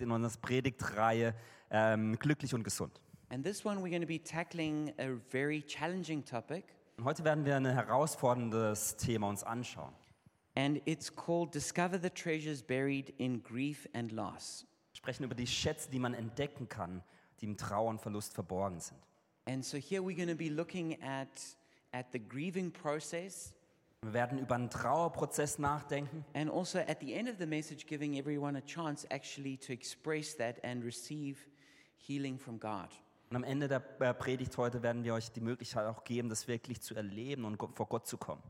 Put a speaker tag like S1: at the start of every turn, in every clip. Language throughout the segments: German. S1: in unserer Predigtreihe ähm, Glücklich und Gesund.
S2: And this one, we're going to be tackling a very challenging topic,
S1: Und heute werden wir ein herausforderndes Thema uns anschauen.
S2: and it's called Discover the Treasures Buried in Grief and Loss.
S1: Wir sprechen über die Schätze, die man entdecken kann, die im Trauer und Verlust verborgen sind.
S2: And so here we're going to be looking at, at the grieving process
S1: Wir werden über einen Trauerprozess nachdenken
S2: and also at the end of the message, giving everyone a chance actually to express that and receive healing from God.
S1: und am Ende der äh, Predigt heute werden wir euch die Möglichkeit auch geben, das wirklich zu erleben und Go- vor Gott zu kommen.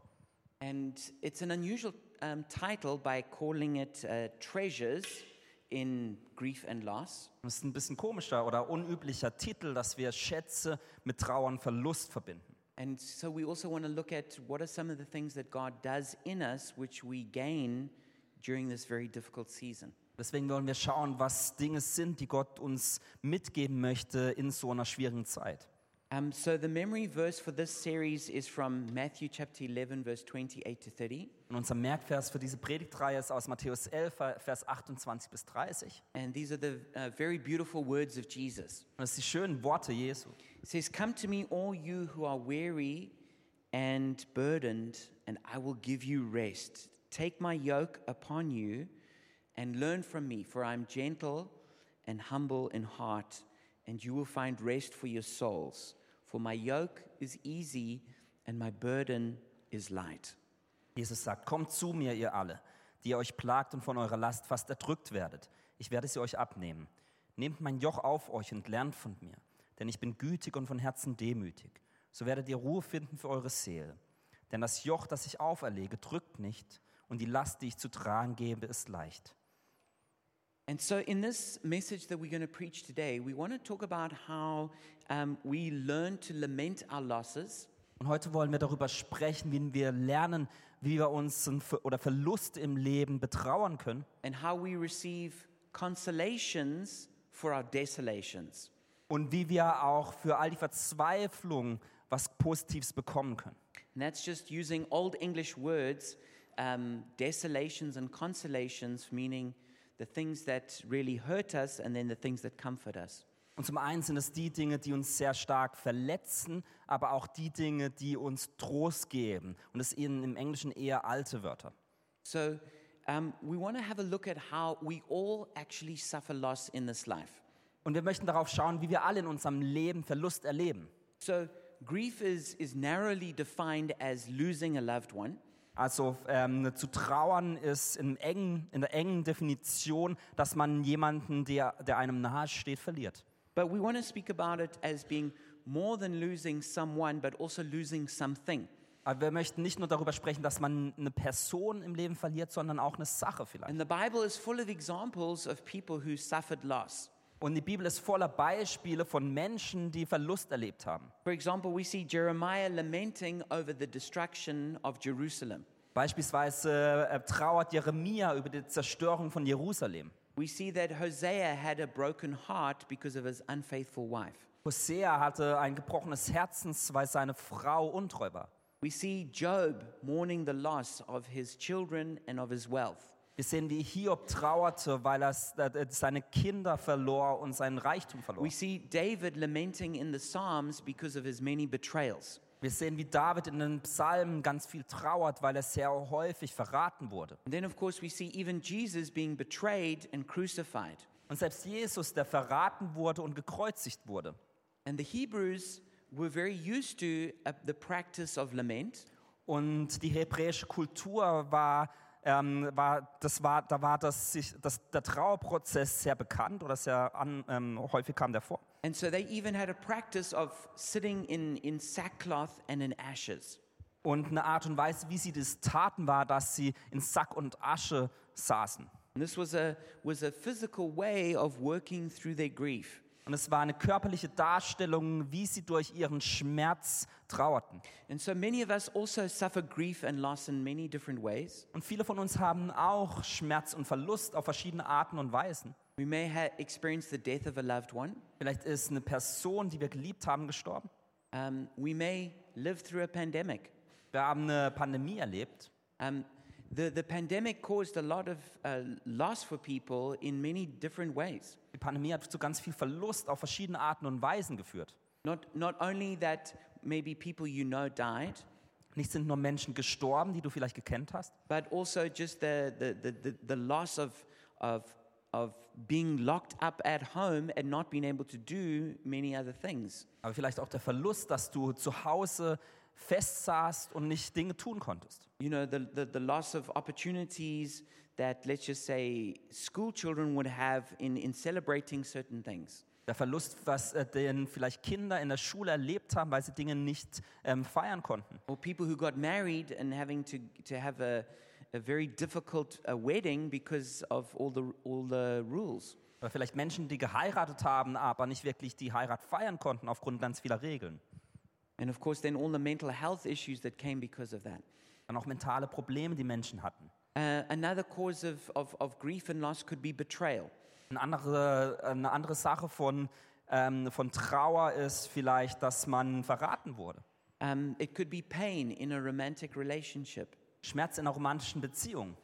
S2: And it's an unusual um, title by calling it uh, Treasures in Grief and Loss.
S1: Das ist ein bisschen komischer oder unüblicher Titel, dass wir Schätze mit Trauer und Verlust verbinden.
S2: And so we also want to look at what are some of the things that God does in us which we gain during this very difficult season.
S1: Deswegen wollen wir schauen, was Dinge sind, die Gott uns mitgeben möchte in so einer schwierigen Zeit.
S2: Um, so the memory verse for this series is from Matthew chapter 11, verse 28 to 30.
S1: Und unser Merkvers für diese Predigtreihe ist aus Matthäus 11, Vers 28 bis 30.
S2: And these are the uh, very beautiful words of Jesus.
S1: Und das sind die schönen Worte Jesu.
S2: It says, Come to me, all you who are weary and burdened, and I will give you rest. Take my yoke upon you and learn from me, for I am gentle and humble in heart, and you will find rest for your souls. For my yoke is easy and my burden is light.
S1: Jesus sagt, kommt zu mir, ihr alle, die ihr euch plagt und von eurer Last fast erdrückt werdet. Ich werde sie euch abnehmen. Nehmt mein Joch auf euch und lernt von mir, denn ich bin gütig und von Herzen demütig. So werdet ihr Ruhe finden für eure Seele. Denn das Joch, das ich auferlege, drückt nicht und die Last, die ich zu tragen gebe, ist leicht.
S2: And so, in this message that we're going to preach today, we want to talk about how um, we learn to lament our losses.
S1: Und heute wollen wir darüber sprechen, wie wir lernen, wie wir uns oder Verlust im Leben betrauern können
S2: and how we receive consolations for our desolations.
S1: und wie wir auch für all die Verzweiflung was Positives bekommen können.
S2: And that's just using Old English words, um, desolations and consolations, meaning the things that really hurt us and then the things that comfort us.
S1: Und zum einen sind es die Dinge, die uns sehr stark verletzen, aber auch die Dinge, die uns Trost geben. Und das sind im Englischen eher alte Wörter.
S2: So um, we want to have a look at how we all actually suffer loss in this life.
S1: Und wir möchten darauf schauen, wie wir alle in unserem Leben Verlust erleben.
S2: So grief is, is narrowly defined as losing a loved one.
S1: Also ähm, zu trauern ist in, engen, in der engen Definition, dass man jemanden, der, der einem nahesteht, verliert.
S2: But we want to speak about it as being more than losing someone, but also losing something.
S1: Aber wir möchten nicht nur darüber sprechen, dass man eine Person im Leben verliert, sondern auch eine Sache vielleicht.
S2: And the Bible is full of examples of people who suffered loss.
S1: Und die Bibel ist voller Beispiele von Menschen, die Verlust erlebt haben.
S2: For example, we see Jeremiah lamenting over the destruction of Jerusalem.
S1: Beispielsweise äh, trauert Jeremia über die Zerstörung von Jerusalem.
S2: We see that Hosea had a broken heart because of his unfaithful wife.
S1: Hosea hatte ein gebrochenes Herzens, weil seine Frau untreu war.
S2: We see Job mourning the loss of his children and of his wealth.
S1: Wir sehen, wie Hiob trauerte, weil er s- äh, seine Kinder verlor und seinen Reichtum verlor.
S2: We see David lamenting in the Psalms because of his many betrayals.
S1: Wir sehen, wie David in den Psalmen ganz viel trauert, weil er sehr häufig verraten wurde.
S2: And then, of course, we see even Jesus being betrayed and crucified.
S1: Und selbst Jesus, der verraten wurde und gekreuzigt wurde.
S2: And the Hebrews were very used to uh, the practice of lament.
S1: Und die hebräische Kultur war, ähm, war, das war, da war das, sich, das, der Trauerprozess sehr bekannt oder sehr an, ähm, häufig kam der vor.
S2: And so they even had a practice of sitting in, in sackcloth and in ashes.
S1: Und eine Art und Weise, wie sie das taten, war, dass sie in Sack und Asche saßen.
S2: And this was a, was a physical way of working through their grief.
S1: Und es war eine körperliche Darstellung, wie sie durch ihren Schmerz trauerten.
S2: And so many of us also suffer grief and loss in many different ways.
S1: Und viele von uns haben auch Schmerz und Verlust auf verschiedene Arten und Weisen.
S2: We may ha- experience the death of a loved one.
S1: Vielleicht ist eine Person, die wir geliebt haben, gestorben.
S2: Um, we may live through a pandemic.
S1: Wir haben eine Pandemie erlebt.
S2: Um, The, the pandemic caused a lot of uh, loss for people in many different ways.
S1: Die Pandemie hat zu ganz viel Verlust auf verschiedene Arten und Weisen geführt.
S2: Not, not only that maybe people you know died,
S1: Nicht sind nur Menschen gestorben, die du vielleicht gekannt hast,
S2: but also just the, the, the, the, the loss of, of, of being locked up at home and not being able to do many other things.
S1: aber vielleicht auch der Verlust, dass du zu Hause festsaßt und nicht Dinge tun konntest.
S2: You know, the, the, the loss of opportunities that, let's just say, school children would have in, in celebrating certain things.
S1: Der Verlust, was äh, den vielleicht Kinder in der Schule erlebt haben, weil sie Dinge nicht ähm, feiern konnten.
S2: Or people who got married and having to, to have a, a very difficult uh, wedding because of all the, all the rules.
S1: Oder vielleicht Menschen, die geheiratet haben, aber nicht wirklich die Heirat feiern konnten aufgrund ganz vieler Regeln.
S2: And of course, then all the mental health issues that came because of that.
S1: Dann auch mentale Probleme, die Menschen hatten.
S2: Uh, another cause of, of, of grief and loss could be betrayal.
S1: Eine andere, eine andere Sache von, ähm, von Trauer ist vielleicht, dass man verraten wurde.
S2: Um, it could be pain in a romantic relationship.
S1: Schmerz in einer romantischen Beziehung.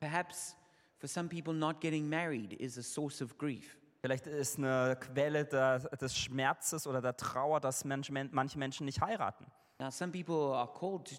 S2: Perhaps for some people, not getting married is a source of grief.
S1: Vielleicht ist eine Quelle der, des Schmerzes oder der Trauer, dass Mensch, men- manche Menschen nicht heiraten.
S2: Now, some people are called to,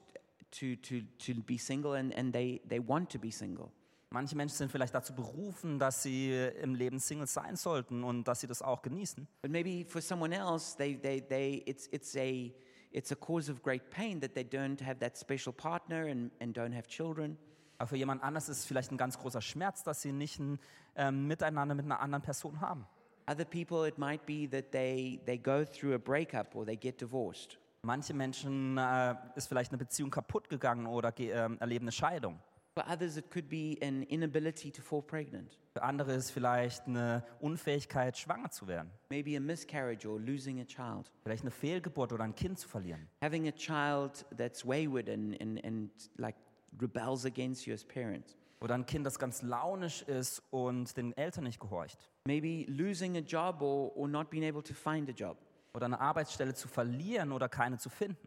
S2: to, to, to be single and, and they, they want to be single.
S1: Manche Menschen sind vielleicht dazu berufen, dass sie im Leben Single sein sollten und dass sie das auch genießen.
S2: But maybe for someone else, they, they, they, it's, it's, a, it's a cause of great pain that they don't have that special partner and, and don't have children.
S1: Aber für jemand anders ist es vielleicht ein ganz großer Schmerz, dass sie nicht ein ähm, Miteinander mit einer anderen Person haben.
S2: Other people, it might be that they, they go through a breakup or they get divorced.
S1: Manche Menschen äh, ist vielleicht eine Beziehung kaputt gegangen oder ge ähm, erleben eine Scheidung.
S2: For others, it could be an inability to fall pregnant,
S1: Für andere ist vielleicht eine Unfähigkeit, schwanger zu werden.
S2: maybe a miscarriage or losing a child.
S1: Vielleicht eine Fehlgeburt oder ein Kind zu verlieren.
S2: Having a child that's wayward and, and, and like rebels against you as parents.
S1: Oder ein Kind, das ganz launisch ist und den Eltern nicht gehorcht.
S2: Maybe losing a job or, or not being able to find a job.
S1: Oder eine Arbeitsstelle zu verlieren oder keine zu finden.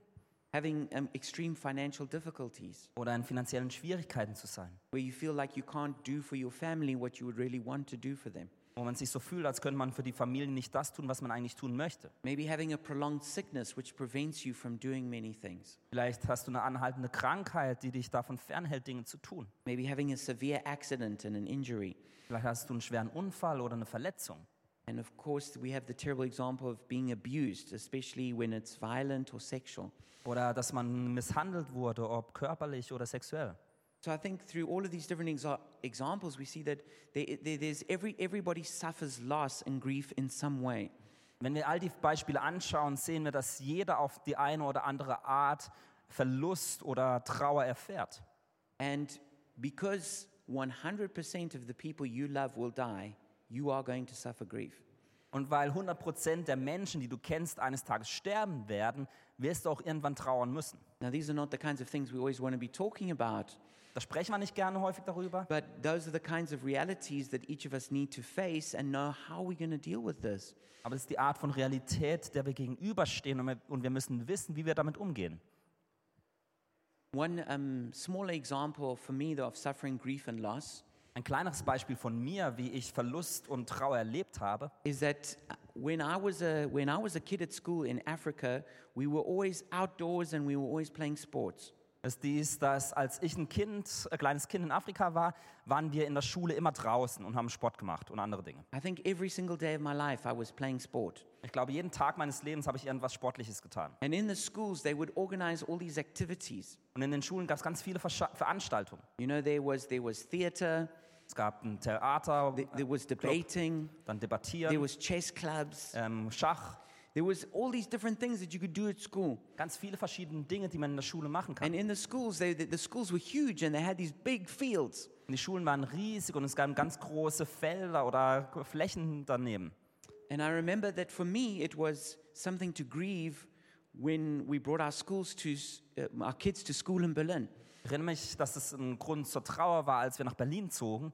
S2: Having um, extreme financial difficulties.
S1: Oder in finanziellen Schwierigkeiten zu sein.
S2: where you feel like you can't do for your family what you would really want to do for them.
S1: Wo man sich so fühlt, als könnte man für die Familie nicht das tun, was man eigentlich tun möchte.
S2: Maybe having a prolonged sickness which prevents you from doing many things.
S1: Vielleicht hast du eine anhaltende Krankheit, die dich davon fernhält, Dinge zu tun.
S2: Maybe having a severe accident and an injury.
S1: Vielleicht hast du einen schweren Unfall oder eine Verletzung.
S2: And of course, we have the terrible example of being abused, especially when it's violent or sexual.
S1: Oder dass man misshandelt wurde, ob körperlich oder sexuell.
S2: So I think through all of these different exa- examples, we see that there, there, there's every, everybody suffers loss and grief in some way.
S1: Wenn wir all die Beispiele anschauen, sehen wir, dass jeder auf die eine oder andere Art Verlust oder Trauer erfährt.
S2: And because 100% of the people you love will die, you are going to suffer grief.
S1: Und weil 100% der Menschen, die du kennst, eines Tages sterben werden, wirst du auch irgendwann trauern müssen.
S2: Now, these are not the kinds of things we always want to be talking about,
S1: Da sprechen wir nicht gerne häufig darüber,
S2: but those are the kinds of realities that each of us need to face and know how we're going to deal with this.
S1: aber es ist die Art von Realität, der wir gegenüberstehen und wir- und wir müssen wissen, wie wir damit umgehen.
S2: One um, small example for me, though, of suffering grief and loss
S1: Ein kleineres Beispiel von mir, wie ich Verlust und Trauer erlebt habe.
S2: is that uh, when I was a, when I was a kid at school in Africa, we were always outdoors and we were always playing sports.
S1: ist dies, dass als ich ein Kind, ein kleines Kind in Afrika war, waren wir in der Schule immer draußen und haben Sport gemacht und andere Dinge.
S2: I think every single day of my life I was playing sport.
S1: Ich glaube, jeden Tag meines Lebens habe ich irgendwas Sportliches getan.
S2: And in the schools, they would organize all these activities.
S1: Und in den Schulen gab es ganz viele Verscha- Veranstaltungen.
S2: You know, there was, there was theater,
S1: Es gab ein Theater,
S2: there, there was debating,
S1: dann
S2: there
S1: Debattieren,
S2: was chess clubs.
S1: ähm, Schach,
S2: There was all these different things that you could do at school.
S1: ganz viele verschiedene Dinge, die man in der Schule machen kann.
S2: And in the schools, they, the, the schools were huge and they had these big fields.
S1: Und die Schulen waren riesig und es gab ganz große Felder oder Flächen daneben.
S2: And I remember that for me, it was something to grieve when we brought our schools to s- uh, our kids to school in Berlin.
S1: Ich erinnere mich, dass es ein Grund zur Trauer war, als wir nach Berlin zogen,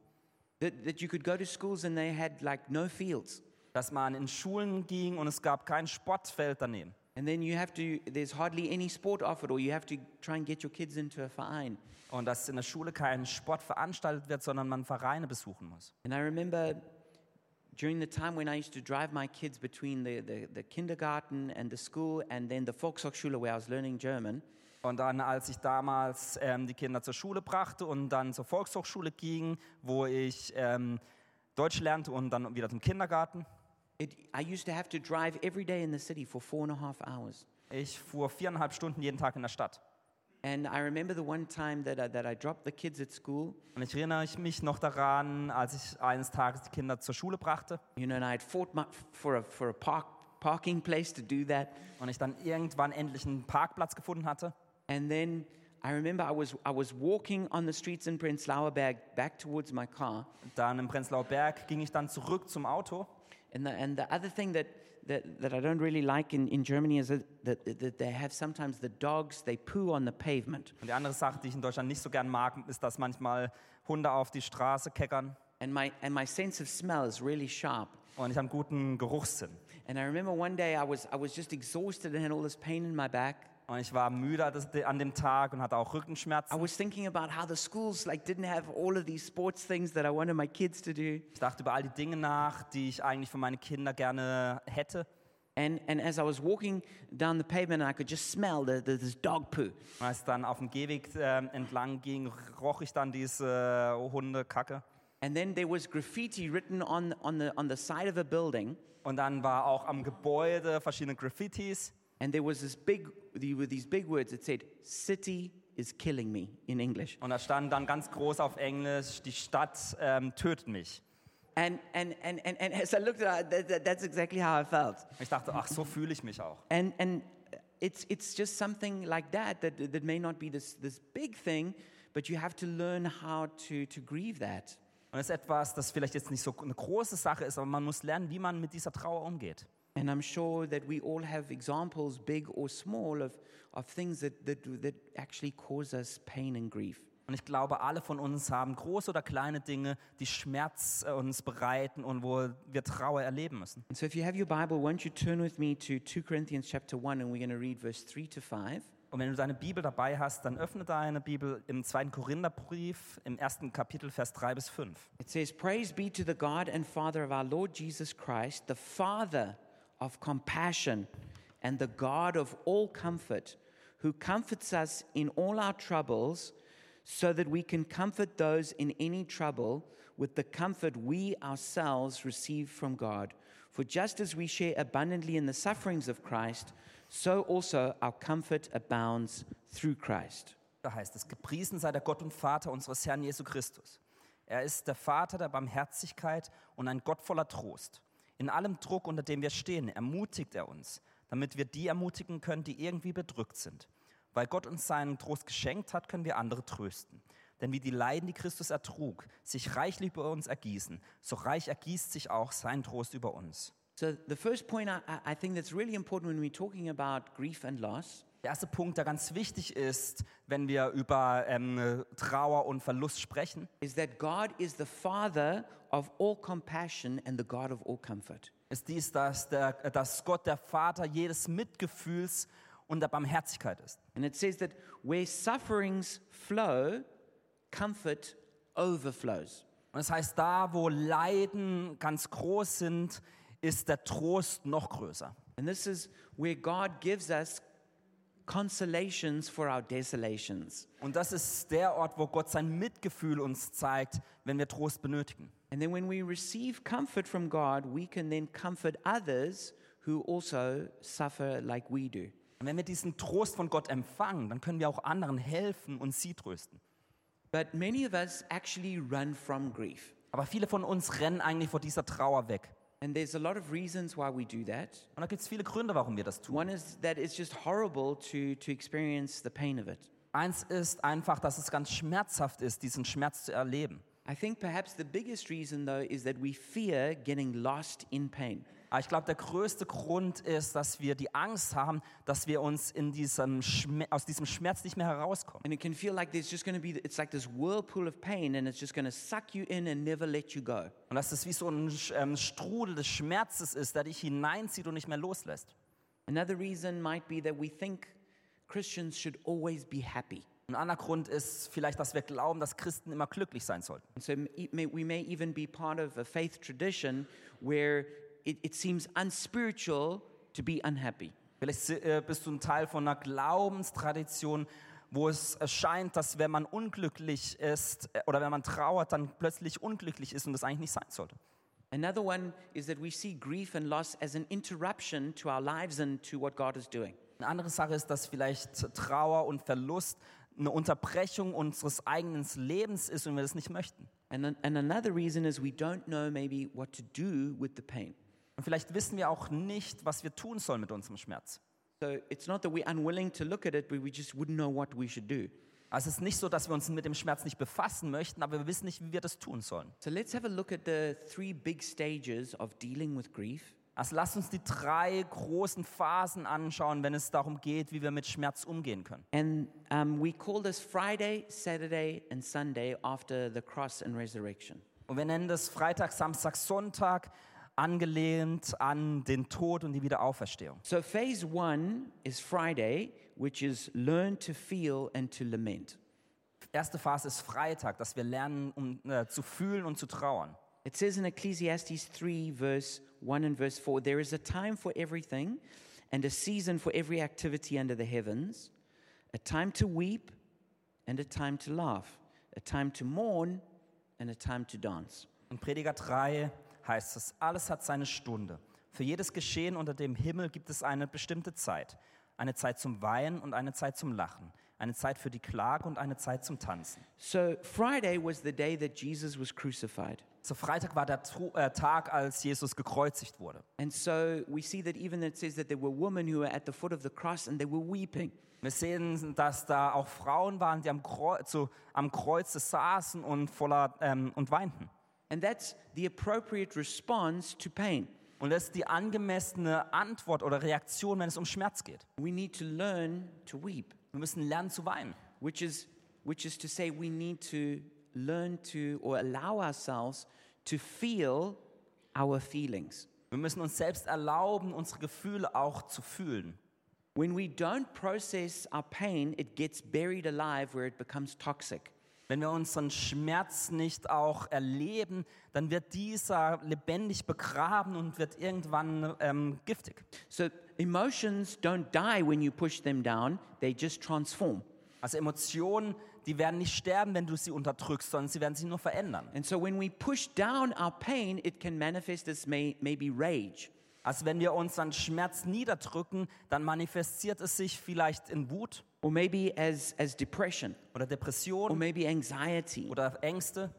S2: That, that you could go to schools and they had like no fields.
S1: dass man in Schulen ging und es gab kein Sportfeld daneben.
S2: And then you have to, there's hardly any sport offered, or you have to try and get your kids into a verein.
S1: Und dass in der Schule kein Sport veranstaltet wird, sondern man Vereine besuchen muss.
S2: And I remember during the time when I used to drive my kids between the, the, the kindergarten and the school and then the Volkshochschule where I was learning German,
S1: Und dann, als ich damals ähm, die Kinder zur Schule brachte und dann zur Volkshochschule ging, wo ich ähm, Deutsch lernte und dann wieder zum Kindergarten,
S2: it, I used to have to drive every day in the city for four and a half hours.
S1: ich fuhr viereinhalb Stunden jeden Tag in der Stadt.
S2: And I remember the one time that I, that I dropped the kids at school,
S1: Und ich erinnere ich mich noch daran, als ich eines Tages die Kinder zur Schule brachte
S2: you know, and I had fought my, for a, for a park, parking place to do that.
S1: und ich dann irgendwann endlich einen Parkplatz gefunden hatte.
S2: And then I remember I was, I was walking on the streets in Prenzlauer Berg back towards my car.
S1: Dann im Prenzlauer Berg ging ich dann zurück zum Auto.
S2: And the, and the other thing that, that, that I don't really like in, in Germany is that, that, that they have sometimes the dogs, they poo on the pavement.
S1: Und die andere Sache, die ich in Deutschland nicht so gern mag, ist, dass manchmal Hunde auf die Straße keckern
S2: And my, and my sense of smell is really sharp.
S1: und ich habe einen guten Geruchssinn.
S2: And I remember one day I was, I was just exhausted and had all this pain in my back.
S1: Und ich war müde das- an dem Tag und hatte auch
S2: I
S1: Rückenschmerzen.
S2: was thinking about how the schools like didn't have all of these sports things that I wanted my kids to do.
S1: Ich dachte über all die Dinge nach, die ich eigentlich für meine Kinder gerne hätte.
S2: And, and as I was walking down the pavement, I could just smell the, the, this dog poo.
S1: Und als ich dann auf dem Gehweg ähm, entlang ging, roch ich dann diese äh, Hundekacke.
S2: And then there was graffiti written on, on, the, on the side of a building.
S1: Und dann war auch am Gebäude verschiedene Graffitis.
S2: And there was this big, there were these big words that said, City is killing me in English.
S1: Und da stand dann ganz groß auf Englisch, die Stadt ähm, tötet mich.
S2: And, and, and, and, and as I looked at it, that, that, that's exactly how I felt.
S1: Und ich dachte, ach, so fühle ich mich auch.
S2: And, and it's, it's just something like that, that that may not be this, this big thing, but you have to learn how to, to grieve that.
S1: Und das ist etwas, das vielleicht jetzt nicht so eine große Sache ist, aber man muss lernen, wie man mit dieser Trauer umgeht.
S2: And I'm sure that we all have examples, big or small, of, of things that, that, that actually cause us pain and grief.
S1: Und ich glaube, alle von uns haben große oder kleine Dinge, die Schmerz äh, uns bereiten und wo wir Trauer erleben müssen.
S2: And so if you have your Bible, won't you turn with me to 2 Corinthians chapter 1 and we're going to read verse 3 to 5.
S1: Und wenn du deine Bibel dabei hast, dann öffne deine Bibel im 2. Korintherbrief, im ersten Kapitel, Vers 3 bis 5.
S2: It says, Praise be to the God and Father of our Lord Jesus Christ, the Father of compassion and the God of all comfort, who comforts us in all our troubles, so that we can comfort those in any trouble with the comfort we ourselves receive from God. For just as we share abundantly in the sufferings of Christ, so also our comfort abounds through Christ.
S1: Da heißt es, gepriesen sei der Gott und Vater unseres Herrn Jesu Christus. Er ist der Vater der Barmherzigkeit und ein Gott voller Trost. In allem Druck, unter dem wir stehen, ermutigt er uns, damit wir die ermutigen können, die irgendwie bedrückt sind. Weil Gott uns seinen Trost geschenkt hat, können wir andere trösten. Denn wie die Leiden, die Christus ertrug, sich reichlich über uns ergießen, so reich ergießt sich auch sein Trost über uns.
S2: So, the first point I, I- I think that's really important when we're talking about grief and loss
S1: Der erste Punkt, der ganz wichtig ist, wenn wir über ähm, Trauer und Verlust sprechen,
S2: is that God is the Father of all compassion and the God of all comfort.
S1: ist dies, dass, der, äh, dass Gott der Vater jedes Mitgefühls und der Barmherzigkeit ist.
S2: And it says that where sufferings flow, comfort overflows.
S1: Und das heißt, da wo Leiden ganz groß sind, ist der Trost noch größer.
S2: And this is where God gives us consolations for our desolations.
S1: Und das ist der Ort, wo Gott sein Mitgefühl uns zeigt, wenn wir Trost benötigen.
S2: And then when we receive comfort from God, we can then comfort others who also suffer like we do.
S1: Und wenn wir diesen Trost von Gott empfangen, dann können wir auch anderen helfen und sie trösten.
S2: But many of us actually run from grief.
S1: Aber viele von uns rennen eigentlich vor dieser Trauer weg.
S2: And there's a lot of reasons why we do that.
S1: Und da gibt es viele Gründe, warum wir das tun.
S2: One is that it's just horrible to, to experience the pain of it.
S1: Eins ist einfach, dass es ganz schmerzhaft ist, diesen Schmerz zu erleben.
S2: I think perhaps the biggest reason, though, is that we fear getting lost in pain.
S1: Aber ich glaube, der größte Grund ist, dass wir die Angst haben, dass wir uns in diesem Schme aus diesem Schmerz nicht mehr herauskommen.
S2: And it can feel like there's just going to be, it's like this whirlpool of pain and it's just going to suck you in and never let you go.
S1: Und dass es wie so ein Sch- ähm, Strudel des Schmerzes ist, der dich hineinzieht und nicht mehr loslässt.
S2: Another reason might be that we think Christians should always be happy.
S1: Ein anderer Grund ist vielleicht, dass wir glauben, dass Christen immer glücklich sein sollten.
S2: And so m- e- may- we may even be part of a faith tradition where it, it seems unspiritual to be unhappy.
S1: Vielleicht si- äh, bist du ein Teil von einer Glaubenstradition, wo es erscheint, dass wenn man unglücklich ist äh, oder wenn man trauert, dann plötzlich unglücklich ist und das eigentlich nicht sein sollte.
S2: Another one is that we see grief and loss as an interruption to our lives and to what God is doing.
S1: Eine andere Sache ist, dass vielleicht Trauer und Verlust eine Unterbrechung unseres eigenen Lebens ist und wir das nicht möchten.
S2: And, an- and another reason is we don't know maybe what to do with the pain.
S1: Und vielleicht wissen wir auch nicht, was wir tun sollen mit unserem Schmerz.
S2: So it's not that we're unwilling to look at it, but we just wouldn't know what we should do.
S1: Also es ist nicht so, dass wir uns mit dem Schmerz nicht befassen möchten, aber wir wissen nicht, wie wir das tun sollen.
S2: So let's have a look at the three big stages of dealing with grief.
S1: Also lasst uns die drei großen Phasen anschauen, wenn es darum geht, wie wir mit Schmerz umgehen können.
S2: And um, we call this Friday, Saturday, and Sunday after the cross and resurrection.
S1: Und wir nennen das Freitag, Samstag, Sonntag, angelehnt an den Tod und die Wiederauferstehung.
S2: So, phase one is Friday, which is learn to feel and to lament.
S1: Erste Phase ist Freitag, dass wir lernen, um äh, zu fühlen und zu trauern.
S2: It says in Ecclesiastes 3, verse 1 and verse 4 there is a time for everything and a season for every activity under the heavens, a time to weep and a time to laugh, a time to mourn and a time to dance.
S1: In Prediger 3 heißt es, alles hat seine Stunde. Für jedes Geschehen unter dem Himmel gibt es eine bestimmte Zeit. Eine Zeit zum Weinen und eine Zeit zum Lachen. Eine Zeit für die Klage und eine Zeit zum Tanzen.
S2: So, Friday was the day that Jesus was crucified.
S1: So Freitag war der Tru- äh, Tag, als Jesus gekreuzigt wurde.
S2: And so we see that even it says that there were women who were at the foot of the cross and they were weeping.
S1: Wir sehen, dass da auch Frauen waren, die am, Kreu zu, am Kreuze saßen und, voller, ähm, und weinten.
S2: And that's the appropriate response to pain.
S1: Und das ist die angemessene Antwort oder Reaktion, wenn es um Schmerz geht.
S2: We need to learn to weep,
S1: Wir müssen lernen zu weinen.
S2: which is, which is to say we need to learn to or allow ourselves to feel our feelings.
S1: Wir müssen uns selbst erlauben, unsere Gefühle auch zu fühlen.
S2: When we don't process our pain, it gets buried alive where it becomes toxic.
S1: Wenn wir unseren Schmerz nicht auch erleben, dann wird dieser lebendig begraben und wird irgendwann ähm, giftig.
S2: So emotions don't die when you push them down, they just transform.
S1: Also Emotionen, die werden nicht sterben, wenn du sie unterdrückst, sondern sie werden sich nur verändern.
S2: And so when we push down our pain, it can manifest as may, maybe rage.
S1: Also wenn wir unseren Schmerz niederdrücken, dann manifestiert es sich vielleicht in Wut
S2: Or maybe as, as depression,
S1: oder
S2: or
S1: Depression
S2: maybe anxiety.
S1: oder Ängste.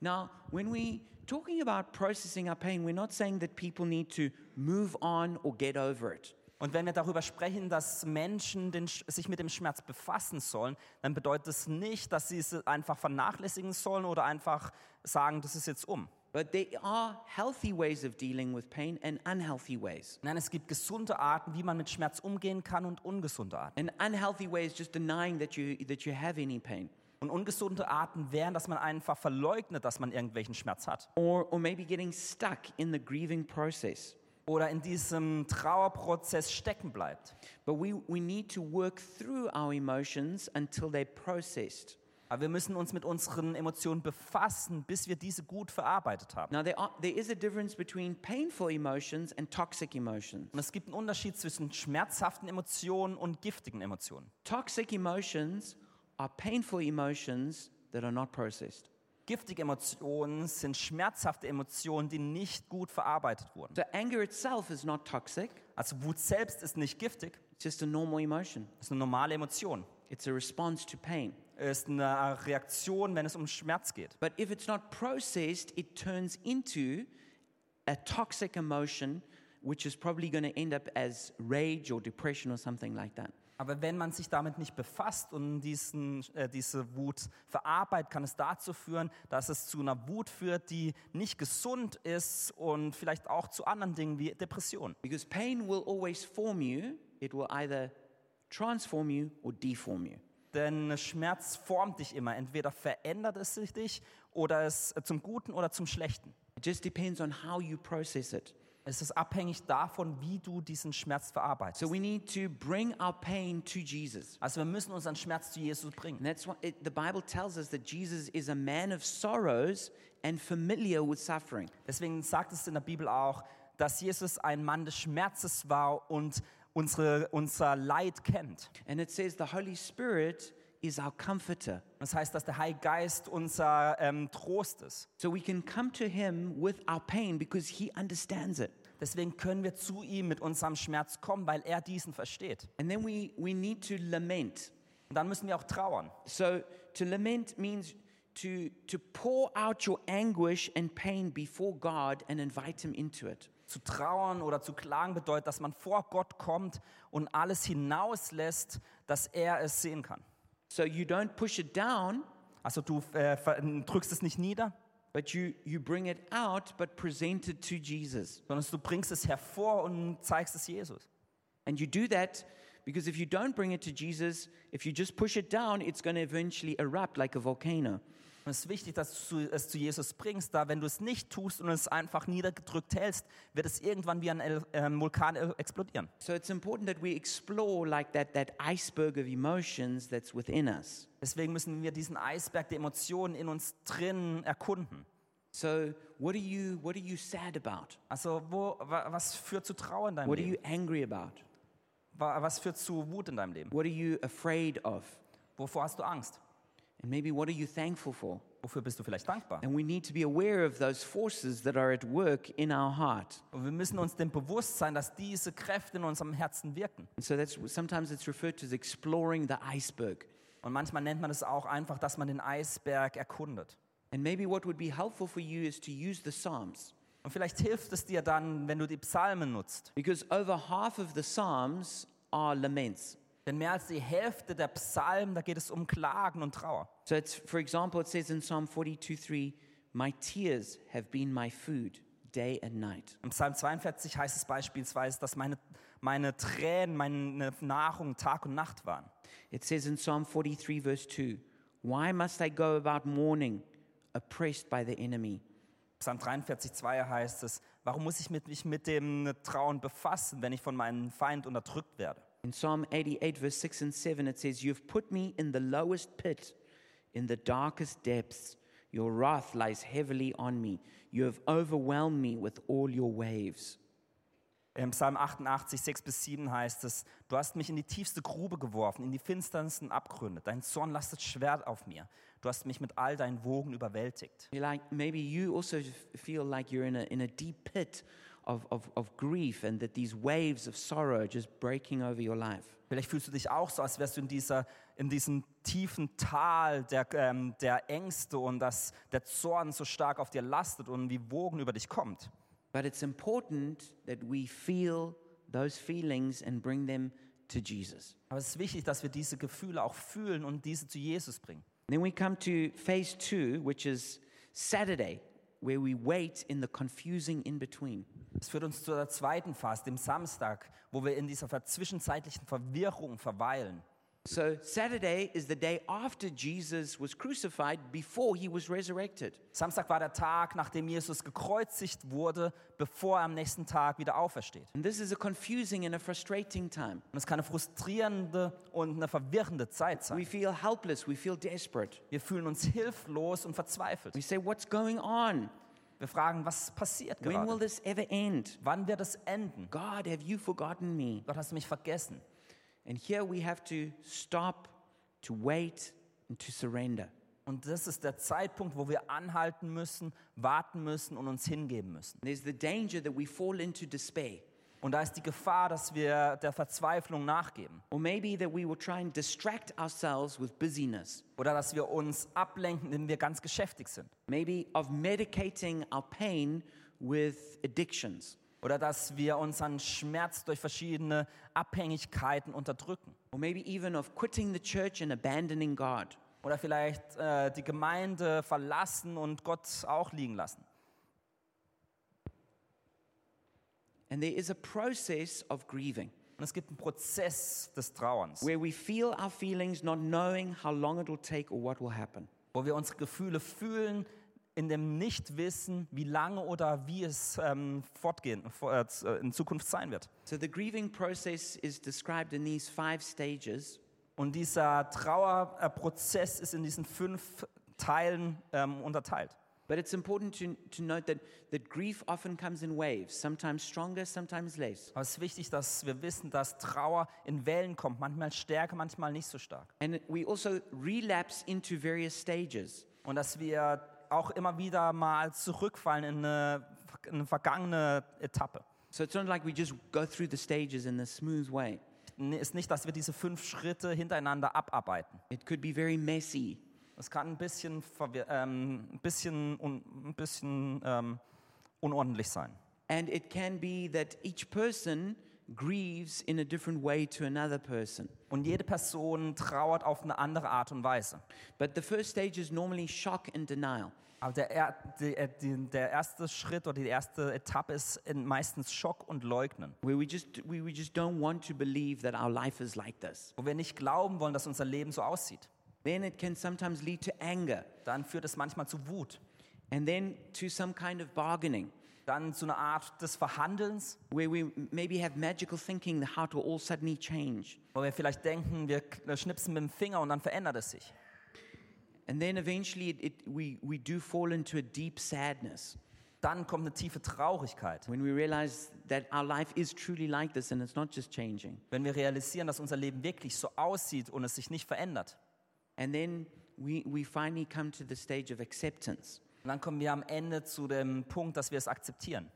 S2: Now, when we talking about processing our pain, we're not saying that people need to move on or get over it.
S1: Und wenn wir darüber sprechen, dass Menschen den, Sch- sich mit dem Schmerz befassen sollen, dann bedeutet es nicht, dass sie es einfach vernachlässigen sollen oder einfach sagen, das ist jetzt um.
S2: But there are healthy ways of dealing with pain and unhealthy ways.
S1: Nein, es gibt gesunde Arten, wie man mit Schmerz umgehen kann und ungesunde Arten.
S2: An unhealthy way is just denying that you, that you have any pain.
S1: Und ungesunde Arten wären, dass man einfach verleugnet, dass man irgendwelchen Schmerz hat.
S2: Or, or maybe getting stuck in the grieving process.
S1: Oder in diesem Trauerprozess stecken bleibt.
S2: But we, we need to work through our emotions until they're processed.
S1: Aber wir müssen uns mit unseren Emotionen befassen, bis wir diese gut verarbeitet haben.
S2: Now, there, are, there is a difference between painful emotions and toxic emotions.
S1: Und es gibt einen Unterschied zwischen schmerzhaften Emotionen und giftigen Emotionen.
S2: Toxic emotions are painful emotions that are not processed.
S1: Giftige Emotionen sind schmerzhafte Emotionen, die nicht gut verarbeitet wurden.
S2: So, anger itself is not toxic,
S1: Also Wut selbst ist nicht giftig,
S2: it's just a normal emotion.
S1: ist eine normale Emotion.
S2: It's a response to pain.
S1: Ist eine Reaktion, wenn es um Schmerz geht.
S2: But if it's not processed, it turns into a toxic emotion, which is probably going to end up as rage or depression or something like that.
S1: Aber wenn man sich damit nicht befasst und diesen, äh, diese Wut verarbeitet, kann es dazu führen, dass es zu einer Wut führt, die nicht gesund ist und vielleicht auch zu anderen Dingen wie Depressionen.
S2: Because pain will always form you, it will either transform you or deform you.
S1: Denn Schmerz formt dich immer. Entweder verändert es dich oder es zum Guten oder zum Schlechten.
S2: It just depends on how you process it.
S1: Es ist abhängig davon, wie du diesen Schmerz
S2: So
S1: verarbeitest.
S2: we need to bring our pain to Jesus.
S1: Also wir müssen unseren Schmerz zu Jesus bringen.
S2: And that's why it, the Bible tells us that Jesus is a man of sorrows and familiar with suffering.
S1: Deswegen sagt es in der Bibel auch, dass Jesus ein Mann des Schmerzes war und unsere, unser Leid kennt.
S2: And it says the Holy Spirit is our comforter.
S1: Das heißt, dass der Heilige Geist unser ähm, Trost ist.
S2: So we can come to him with our pain because he understands it.
S1: Deswegen können wir zu ihm mit unserem Schmerz kommen, weil er diesen versteht.
S2: And then we, we need to lament.
S1: Und dann müssen wir auch trauern.
S2: So to lament means to, to pour out your anguish and pain before God and invite him into it.
S1: Zu trauern oder zu klagen bedeutet, dass man vor Gott kommt und alles hinauslässt, dass er es sehen kann.
S2: So you don't push it down,
S1: Also du äh, ver- drückst es nicht nieder,
S2: but you, you bring it out, but present it to Jesus.
S1: sondern du bringst es hervor und zeigst es Jesus.
S2: And you do that because if you don't bring it to Jesus, if you just push it down, it's going to eventually erupt like a volcano.
S1: Und es ist wichtig, dass du es zu Jesus bringst, da wenn du es nicht tust und es einfach niedergedrückt hältst, wird es irgendwann wie ein El äh, Vulkan el- explodieren.
S2: So it's important that we explore like that that iceberg of emotions that's within us.
S1: Deswegen müssen wir diesen Eisberg der Emotionen in uns drin erkunden.
S2: So what are you what are you sad about?
S1: Also wo, wa, was führt zu Trauer in deinem
S2: What are
S1: Leben?
S2: you angry about?
S1: Wa, was führt zu Wut in deinem Leben?
S2: What are you afraid of?
S1: Wovor hast du Angst?
S2: And maybe what are you thankful for?
S1: Wofür bist du vielleicht dankbar?
S2: And we need to be aware of those forces that are at work in our heart.
S1: Und wir müssen uns dem bewusst sein, dass diese Kräfte in unserem Herzen wirken.
S2: And so that's sometimes it's referred to as exploring the iceberg.
S1: Und manchmal nennt man es auch einfach, dass man den Eisberg erkundet.
S2: And maybe what would be helpful for you is to use the Psalms.
S1: Und vielleicht hilft es dir dann, wenn du die Psalmen nutzt.
S2: Because over half of the Psalms are laments.
S1: Denn mehr als die Hälfte der Psalmen, da geht es um Klagen und Trauer.
S2: So it's for example, it says in Psalm 42 3, My tears have been my food day and night.
S1: Im Psalm 42 heißt es beispielsweise, dass meine, meine Tränen, meine Nahrung Tag und Nacht waren.
S2: It says in Psalm 43, verse 2, Why must I go about mourning, oppressed by the enemy?
S1: Psalm 43, 2 heißt es, warum muss ich mit, mich mit dem Trauen befassen, wenn ich von meinem Feind unterdrückt werde?
S2: In Psalm 88, verse 6 and 7, it says, You've put me in the lowest pit, in the darkest depths. Your wrath lies heavily on me. You have overwhelmed me with all your waves.
S1: Im Psalm 88, 6 bis 7 heißt es, du hast mich in die tiefste Grube geworfen, in die finsternsten Abgründe. Dein Zorn lastet schwer auf mir. Du hast mich mit all deinen Wogen überwältigt.
S2: You're like maybe you also f- feel like you're in a, in a deep pit of, of, of grief and that these waves of sorrow are just breaking over your life.
S1: Vielleicht fühlst du dich auch so, als wärst du in, dieser, in diesem tiefen Tal der, ähm, der Ängste und dass der Zorn so stark auf dir lastet und wie Wogen über dich kommt.
S2: But it's important that we feel those feelings and bring them to Jesus.
S1: Aber es ist wichtig, dass wir diese Gefühle auch fühlen und diese zu Jesus bringen.
S2: Then we come to phase two, which is Saturday, where we wait in the confusing in between.
S1: Das führt uns zu der zweiten Phase, dem Samstag, wo wir in dieser ver- zwischenzeitlichen Verwirrung verweilen.
S2: So, Saturday is the day after Jesus was crucified, before he was resurrected.
S1: Samstag war der Tag, nachdem Jesus gekreuzigt wurde, bevor er am nächsten Tag wieder aufersteht.
S2: And this is a confusing and a frustrating time.
S1: Und es kann eine frustrierende und eine verwirrende Zeit
S2: We
S1: sein.
S2: feel helpless, we feel desperate.
S1: Wir fühlen uns hilflos und verzweifelt.
S2: We say, What's going on?
S1: Wir fragen, was passiert
S2: When will
S1: gerade?
S2: this ever end?
S1: Wann wird es enden?
S2: God, have you forgotten me?
S1: Gott, hast du mich vergessen?
S2: And here we have to stop, to wait, and to surrender.
S1: Und das ist der Zeitpunkt, wo wir anhalten müssen, warten müssen und uns hingeben müssen.
S2: There's the danger that we fall into despair,
S1: Und da ist die Gefahr, dass wir der Verzweiflung nachgeben
S2: or maybe that we will try and distract ourselves with busyness,
S1: oder dass wir uns ablenken, wenn wir ganz geschäftig sind.
S2: maybe of medicating our pain with addictions,
S1: Oder dass wir unseren Schmerz durch verschiedene Abhängigkeiten unterdrücken.
S2: or maybe even of quitting the church and abandoning God.
S1: Oder vielleicht äh, die Gemeinde verlassen und Gott auch liegen lassen.
S2: And there is a process of grieving
S1: Und es gibt einen Prozess des Trauerns,
S2: where we feel our feelings, not knowing how long it will take or what will happen.
S1: wo wir unsere Gefühle fühlen, in dem Nichtwissen, wie lange oder wie es ähm, fortgehen, vor- äh, z- äh, in Zukunft sein wird.
S2: So the grieving process is described in these five stages.
S1: Und dieser Trauerprozess ist in diesen fünf Teilen ähm, unterteilt.
S2: But it's important to, to note that, that grief often comes in waves, sometimes stronger, sometimes less.
S1: Aber es ist wichtig, dass wir wissen, dass Trauer in Wellen kommt, manchmal stärker, manchmal nicht so stark.
S2: And we also relapse into various stages.
S1: Und dass wir auch immer wieder mal zurückfallen in eine, in eine vergangene Etappe.
S2: So it's not like we just go through the stages in a smooth way.
S1: N- Ist nicht, dass wir diese fünf Schritte hintereinander abarbeiten.
S2: It could be very messy.
S1: Es kann ein bisschen, verwir- ähm, ein bisschen, un, ein bisschen ähm, unordentlich sein.
S2: And it can be that each person grieves in a different way to another person.
S1: Und jede Person trauert auf eine andere Art und Weise.
S2: But the first stage is normally shock and denial.
S1: Aber der, er- die- äh, die- der erste Schritt oder die erste Etappe ist in meistens Schock und Leugnen,
S2: where we just we, we just don't want to believe that our life is like this
S1: wo wir nicht glauben wollen, dass unser Leben so aussieht.
S2: then it can sometimes lead to anger
S1: Dann führt es manchmal zu Wut,
S2: and then to some kind of bargaining
S1: dann zu einer Art des Verhandelns,
S2: where we m- maybe have magical thinking that how to all suddenly change
S1: wo wir vielleicht denken, wir k- schnipsen mit dem Finger und dann verändert es sich.
S2: and then eventually it, it, we, we do fall into a deep sadness
S1: Dann kommt eine tiefe Traurigkeit,
S2: when we realize that our life is truly like this and it's not just changing
S1: wenn wir realisieren, dass unser Leben wirklich so aussieht und es sich nicht verändert.
S2: and then we, we finally come to the stage of acceptance
S1: Und dann kommen wir am Ende zu dem Punkt, dass wir es akzeptieren.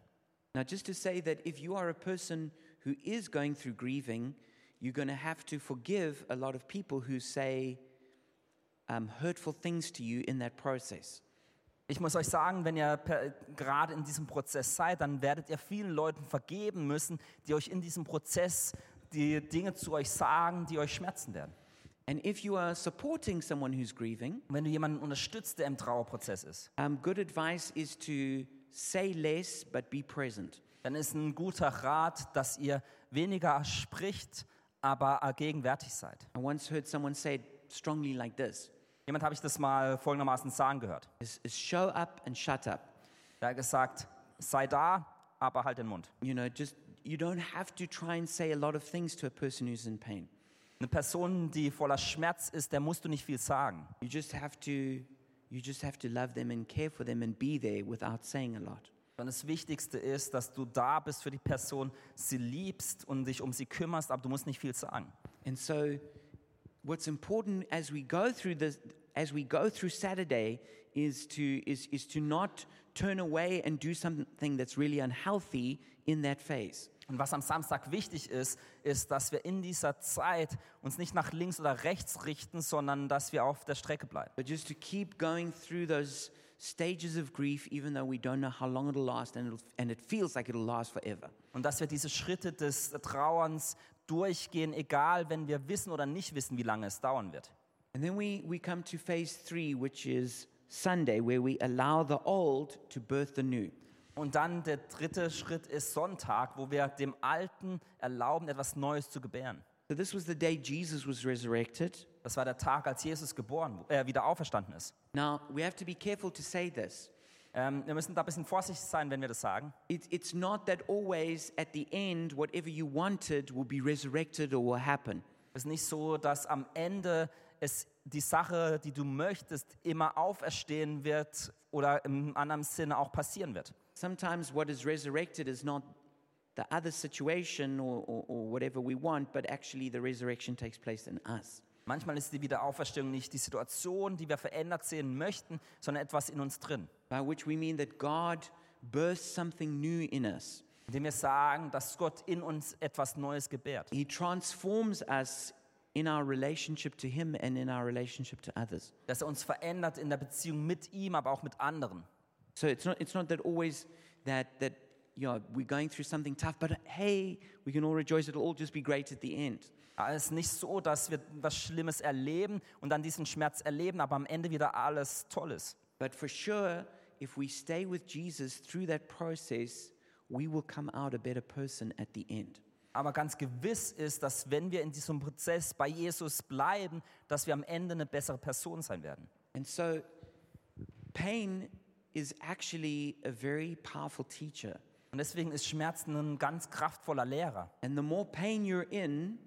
S2: Now, just to say that if you are a person who is going through grieving, you're going to have to forgive a lot of people who say um, hurtful things to you in that process.
S1: Ich muss euch sagen, wenn ihr per, gerade in diesem Prozess seid, dann werdet ihr vielen Leuten vergeben müssen, die euch in diesem Prozess die Dinge zu euch sagen, die euch schmerzen werden.
S2: And if you are supporting someone who's grieving,
S1: Und wenn du jemanden unterstützt, der im Trauerprozess ist,
S2: um, good advice is to say less but be present.
S1: dann ist ein guter Rat, dass ihr weniger spricht, aber gegenwärtig seid.
S2: I once heard someone say it strongly like this
S1: Jemand habe ich das mal folgendermaßen sagen gehört.
S2: is, is show up and shut up.
S1: Er hat gesagt, sei da, aber halt den Mund.
S2: You know, just you don't have to try and say a lot of things to a person who's in pain.
S1: Eine Person, die voller Schmerz ist, der musst du nicht viel sagen.
S2: You just have to you just have to love them and care for them and be there without saying a lot.
S1: Sondern das Wichtigste ist, dass du da bist für die Person, sie liebst und dich um sie kümmerst, aber du musst nicht viel sagen.
S2: And so what's important as we go through this as we go through Saturday is to is, is to not turn away and do something that's really unhealthy in that phase.
S1: Und was am Samstag wichtig ist, ist, dass wir in dieser Zeit uns nicht nach links oder rechts richten, sondern dass wir auf der Strecke bleiben.
S2: But just to keep going through those stages of grief even though we don't know how long it'll last and it'll, and it feels like it'll last forever.
S1: Und dass wir diese Schritte des Trauerns durchgehen, egal wenn wir wissen oder nicht wissen, wie lange es dauern wird.
S2: And then we, we come to phase three, which is Sunday, where we allow the old to birth the new.
S1: Und dann der dritte Schritt ist Sonntag, wo wir dem Alten erlauben, etwas Neues zu gebären.
S2: So this was the day Jesus was resurrected.
S1: Das war der Tag, als Jesus geboren, äh, wieder auferstanden ist.
S2: Now, we have to be careful to say this.
S1: Ähm, wir müssen da ein bisschen vorsichtig sein, wenn wir das sagen.
S2: It, it's not that always at the end, whatever you wanted will be resurrected or will happen.
S1: Es ist nicht so, dass am Ende es die Sache, die du möchtest, immer auferstehen wird oder im anderen Sinne auch passieren wird.
S2: Sometimes what is resurrected is not the other situation or, or, or whatever we want, but actually the resurrection takes place in us.
S1: Manchmal ist die Wiederauferstehung nicht die Situation, die wir verändert sehen möchten, sondern etwas in uns drin.
S2: By which we mean that God births something new in us.
S1: Indem wir sagen, dass Gott in uns etwas Neues gebärt.
S2: He transforms us in our relationship to Him and in our relationship to others.
S1: Dass er uns verändert in der Beziehung mit ihm, aber auch mit anderen.
S2: So it's not, it's not that always that, that you know, we're going through something tough, but hey, we can all rejoice. It'll all just be great at the end.
S1: Aber Es ist nicht so, dass wir was Schlimmes erleben und dann diesen Schmerz erleben, aber am Ende wieder alles Tolles.
S2: But for sure, if we stay with Jesus through that process, we will come out a better person at the end.
S1: Aber ganz gewiss ist, dass wenn wir in diesem Prozess bei Jesus bleiben, dass wir am Ende eine bessere Person sein werden.
S2: And so pain is actually a very powerful teacher.
S1: Und deswegen ist Schmerz ein ganz kraftvoller Lehrer.
S2: And the more pain you're in,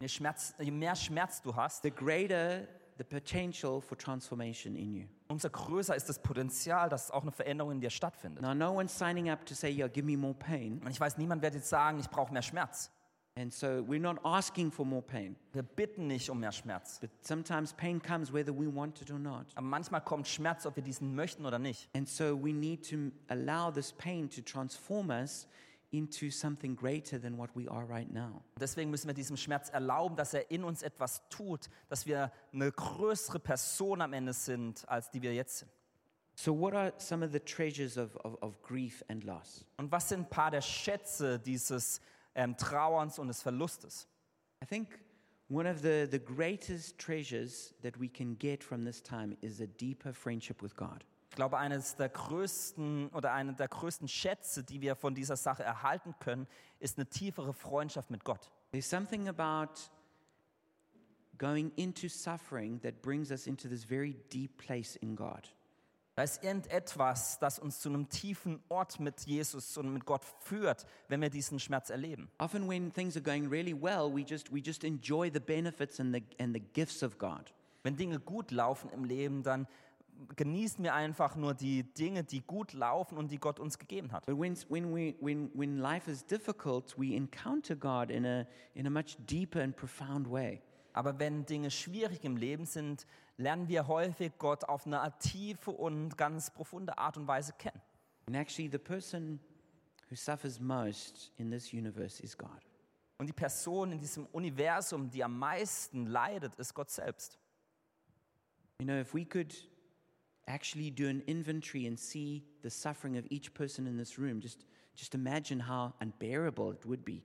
S1: Je, Schmerz, je mehr Schmerz du hast,
S2: the greater the potential for transformation in you.
S1: umso größer ist das Potenzial, dass auch eine Veränderung in dir stattfindet.
S2: Now, no one's signing up to say, yeah, give me more pain.
S1: Und ich weiß, niemand wird jetzt sagen, ich brauche mehr Schmerz.
S2: And so we're not asking for more pain.
S1: Wir bitten nicht um mehr Schmerz.
S2: But sometimes pain comes whether we want it or not.
S1: Aber manchmal kommt Schmerz, ob wir diesen möchten oder nicht.
S2: And so we need to allow this pain to transform us into something greater than what we are right now.
S1: Und Deswegen müssen wir diesem Schmerz erlauben, dass er in uns etwas tut, dass wir eine größere Person am Ende sind, als die wir jetzt sind.
S2: So, what are some of the treasures of, of, of grief and loss?
S1: Und was sind ein paar der Schätze dieses ähm, Trauerns und des Verlustes?
S2: I think one of the, the greatest treasures that we can get from this time is a deeper friendship with God.
S1: Ich glaube, eines der größten oder einer der größten Schätze, die wir von dieser Sache erhalten können, ist eine tiefere Freundschaft mit Gott.
S2: There's something about going into suffering that brings us into this very deep place in God.
S1: Da ist irgendetwas, das uns zu einem tiefen Ort mit Jesus und mit Gott führt, wenn wir diesen Schmerz erleben.
S2: Often, when things are going really well, we just, we just enjoy the benefits and the, and the gifts of God.
S1: Wenn Dinge gut laufen im Leben, dann genießen wir einfach nur die Dinge, die gut laufen und die Gott uns gegeben hat.
S2: But when, when, we, when, when life is difficult, we encounter God in a, in a much deeper and profound way.
S1: Aber wenn Dinge schwierig im Leben sind, lernen wir häufig Gott auf eine Art tiefe und ganz profunde Art und Weise kennen.
S2: And actually, the person who suffers most in this universe is God.
S1: Und die Person in diesem Universum, die am meisten leidet, ist Gott selbst.
S2: You know, if we could actually do an inventory and see the suffering of each person in this room, just, just imagine how unbearable it would be.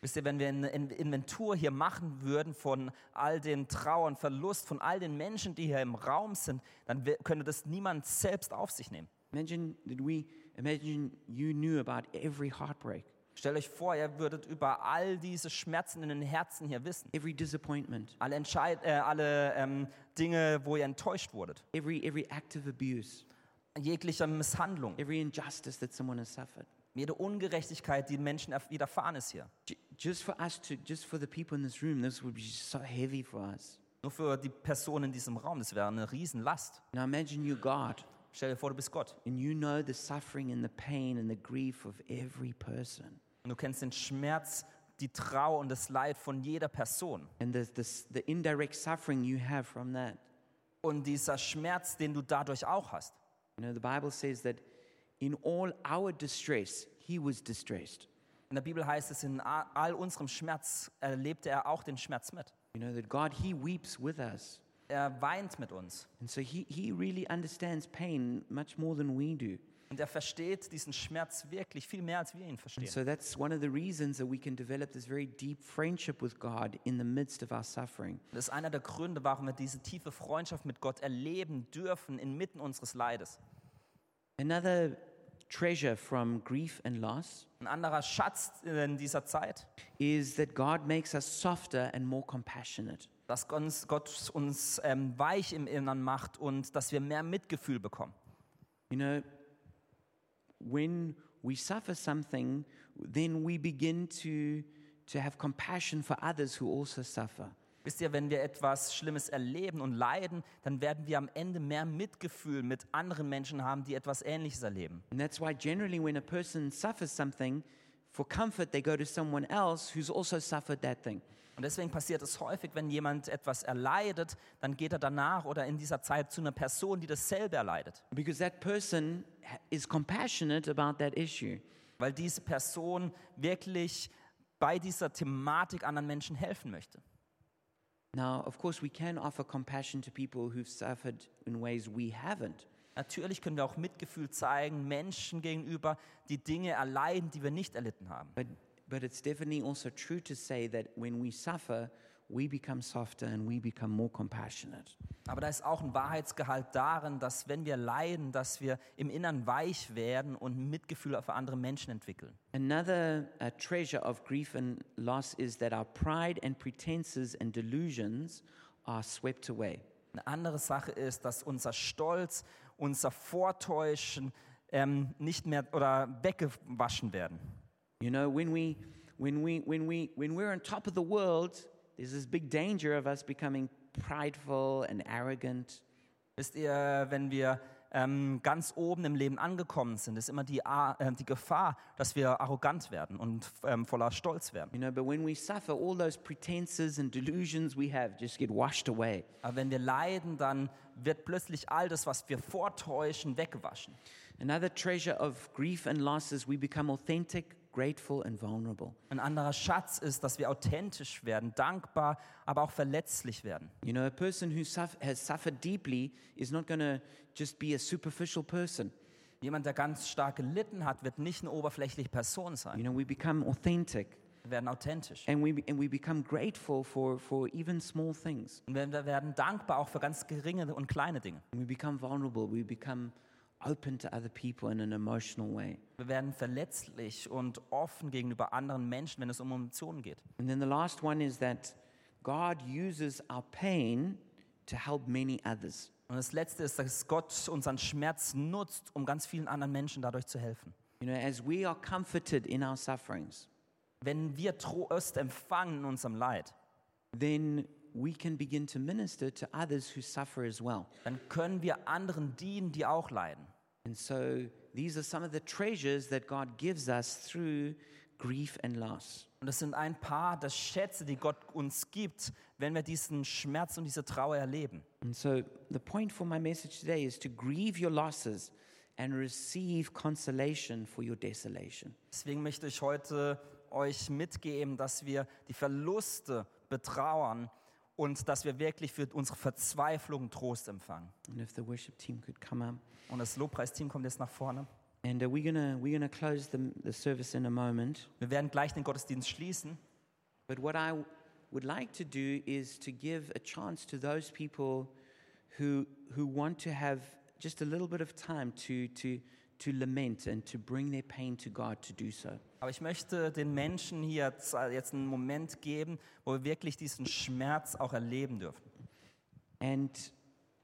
S1: Wisst ihr, wenn wir eine In- Inventur hier machen würden von all den Trauern, Verlust, von all den Menschen, die hier im Raum sind, dann wär- könnte das niemand selbst auf sich nehmen.
S2: Imagine that we imagine you knew about every heartbreak,
S1: Stellt euch vor, ihr würdet über all diese Schmerzen in den Herzen hier wissen.
S2: every disappointment,
S1: Alle, Entscheid äh, alle ähm, Dinge, wo ihr enttäuscht wurdet.
S2: every every act of abuse,
S1: Jegliche Misshandlung,
S2: every injustice that someone has suffered.
S1: jede Ungerechtigkeit, die Menschen erf- widerfahren ist hier.
S2: J- just for us to just for the people in this room, this would be so heavy for us.
S1: Nur für die Person in diesem Raum, das wäre eine Riesenlast.
S2: Now imagine you're God
S1: Stell dir vor, du bist Gott
S2: and you know the suffering and the pain and the grief of every person.
S1: und du kennst den Schmerz, die Trauer und das Leid von jeder Person.
S2: And the, the, s- the indirect suffering you have from that.
S1: Und dieser Schmerz, den du dadurch auch hast.
S2: You know, the Bible says that in all our distress, he was distressed.
S1: In der Bibel heißt es, in a- all unserem Schmerz erlebte er auch den Schmerz mit.
S2: You know, that God, he weeps with us.
S1: Er weint mit uns
S2: And so he, he really understands pain much more than we do.
S1: und er versteht diesen Schmerz wirklich viel mehr, als wir ihn
S2: And
S1: verstehen.
S2: so that's one of the reasons that we can develop this very deep friendship with God in the midst of our suffering.
S1: Das ist einer der Gründe, warum wir diese tiefe Freundschaft mit Gott erleben dürfen inmitten unseres Leides.
S2: Another treasure from grief and loss
S1: Ein anderer Schatz in dieser Zeit,
S2: is that God makes us softer and more compassionate.
S1: dass uns, Gott uns ähm, weich im Innern macht und dass wir mehr Mitgefühl bekommen.
S2: You know, when we suffer something, then we begin to, to have compassion for others who also suffer.
S1: Wisst ihr, wenn wir etwas Schlimmes erleben und leiden, dann werden wir am Ende mehr Mitgefühl mit anderen Menschen haben, die etwas Ähnliches erleben.
S2: And that's why, generally, when a person suffers something, for comfort, they go to someone else who's also suffered that thing.
S1: Und deswegen passiert es häufig, wenn jemand etwas erleidet, dann geht er danach oder in dieser Zeit zu einer Person, die dasselbe erleidet.
S2: Because that person ha- is compassionate about that issue.
S1: weil diese Person wirklich bei dieser Thematik anderen Menschen helfen möchte.
S2: Now, of course, we can offer compassion to people who've suffered in ways we haven't.
S1: Natürlich können wir auch Mitgefühl zeigen Menschen gegenüber, die Dinge erleiden, die wir nicht erlitten haben.
S2: But, but it's definitely also true to say that when we suffer, we become softer and we become more compassionate.
S1: Aber da ist auch ein Wahrheitsgehalt darin, dass wenn wir leiden, dass wir im Innern weich werden und Mitgefühl für andere Menschen entwickeln.
S2: Another uh, treasure of grief and loss is that our pride and pretenses and delusions are swept away.
S1: Eine andere Sache ist, dass unser Stolz unser Vortäuschen ähm, nicht mehr oder weggewaschen werden.
S2: You know, when we when we when we when we're on top of the world, there's this big danger of us becoming prideful and arrogant.
S1: Wisst ihr, wenn wir ähm, ganz oben im Leben angekommen sind, ist immer die, A- äh, die Gefahr, dass wir arrogant werden und ähm, voller Stolz werden.
S2: You know, but when we suffer, all those pretenses and delusions we have just get washed away.
S1: Aber wenn wir leiden, dann wird plötzlich all das, was wir vortäuschen, weggewaschen.
S2: Another treasure of grief and loss is we become authentic, grateful, and vulnerable.
S1: Ein anderer Schatz ist, dass wir authentisch werden, dankbar, aber auch verletzlich werden.
S2: You know, a person who suff- has suffered deeply is not going to just be a superficial person.
S1: Jemand, der ganz stark gelitten hat, wird nicht eine oberflächliche Person sein.
S2: You know, we become authentic
S1: Wir werden authentisch.
S2: and we, and we become grateful for, for even small things.
S1: Und wir wir werden dankbar auch für ganz geringe und kleine Dinge.
S2: And we become vulnerable. We become open to other people in an emotional way.
S1: Wir werden verletzlich und offen gegenüber anderen Menschen, wenn es um Emotionen geht.
S2: And then the last one is that God uses our pain to help many others.
S1: Und das Letzte ist, dass Gott unseren Schmerz nutzt, um ganz vielen anderen Menschen dadurch zu helfen.
S2: You know, as we are comforted in our sufferings,
S1: Wenn wir Trost empfangen in unserem Leid,
S2: then we can begin to minister to others who suffer as well.
S1: dann können wir anderen dienen, die auch leiden.
S2: And so these are some of the treasures that God gives us through grief and loss.
S1: Und das sind ein paar der Schätze, die Gott uns gibt, wenn wir diesen Schmerz und diese Trauer erleben.
S2: And so the point for my message today is to grieve your losses and receive consolation for your desolation.
S1: Deswegen möchte ich heute euch mitgeben, dass wir die Verluste betrauern und dass wir wirklich für unsere Verzweiflung Trost empfangen.
S2: And if the worship team could come up.
S1: Und das Lobpreisteam kommt jetzt nach vorne.
S2: And uh, we're gonna we're gonna close the, the service in a moment.
S1: Wir werden gleich den Gottesdienst schließen.
S2: But what I would like to do is to give a chance to those people who who want to have just a little bit of time to to to lament and to bring their pain to God to do so.
S1: Aber ich möchte den Menschen hier jetzt jetzt einen Moment geben, wo wir wirklich diesen Schmerz auch erleben dürfen.
S2: And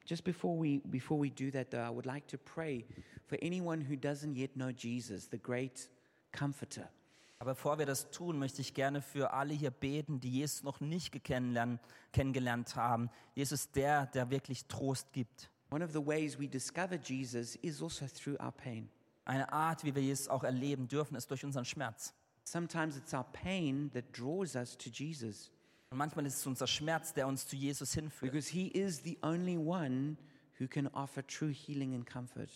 S2: just before we before we do that though, I would like to pray for anyone who doesn't yet know Jesus, the great comforter.
S1: Aber bevor wir das tun, möchte ich gerne für alle hier beten, die Jesus noch nicht gekennenlern- kennengelernt haben. Jesus ist der, der wirklich Trost gibt.
S2: One of the ways we discover Jesus is also through our pain.
S1: Eine Art, wie wir Jesus auch erleben dürfen, ist durch unseren Schmerz.
S2: Sometimes it's our pain that draws us to Jesus
S1: Und manchmal ist es unser Schmerz, der uns zu Jesus hinführt.
S2: because He is the only one who can offer true healing and comfort.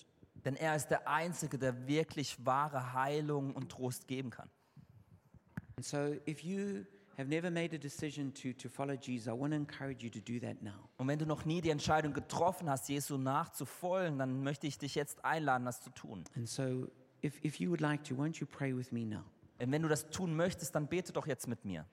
S1: Denn er ist der Einzige, der wirklich wahre Heilung und Trost geben kann.
S2: And so, if you have never made a decision to, to follow Jesus, I want to encourage you to do that now.
S1: Und wenn du noch nie die Entscheidung getroffen hast, Jesu nachzufolgen, dann möchte ich dich jetzt einladen, das zu tun.
S2: And so, if, if you would like to, won't you pray with me now?
S1: Und wenn du das tun möchtest, dann bete doch jetzt mit mir.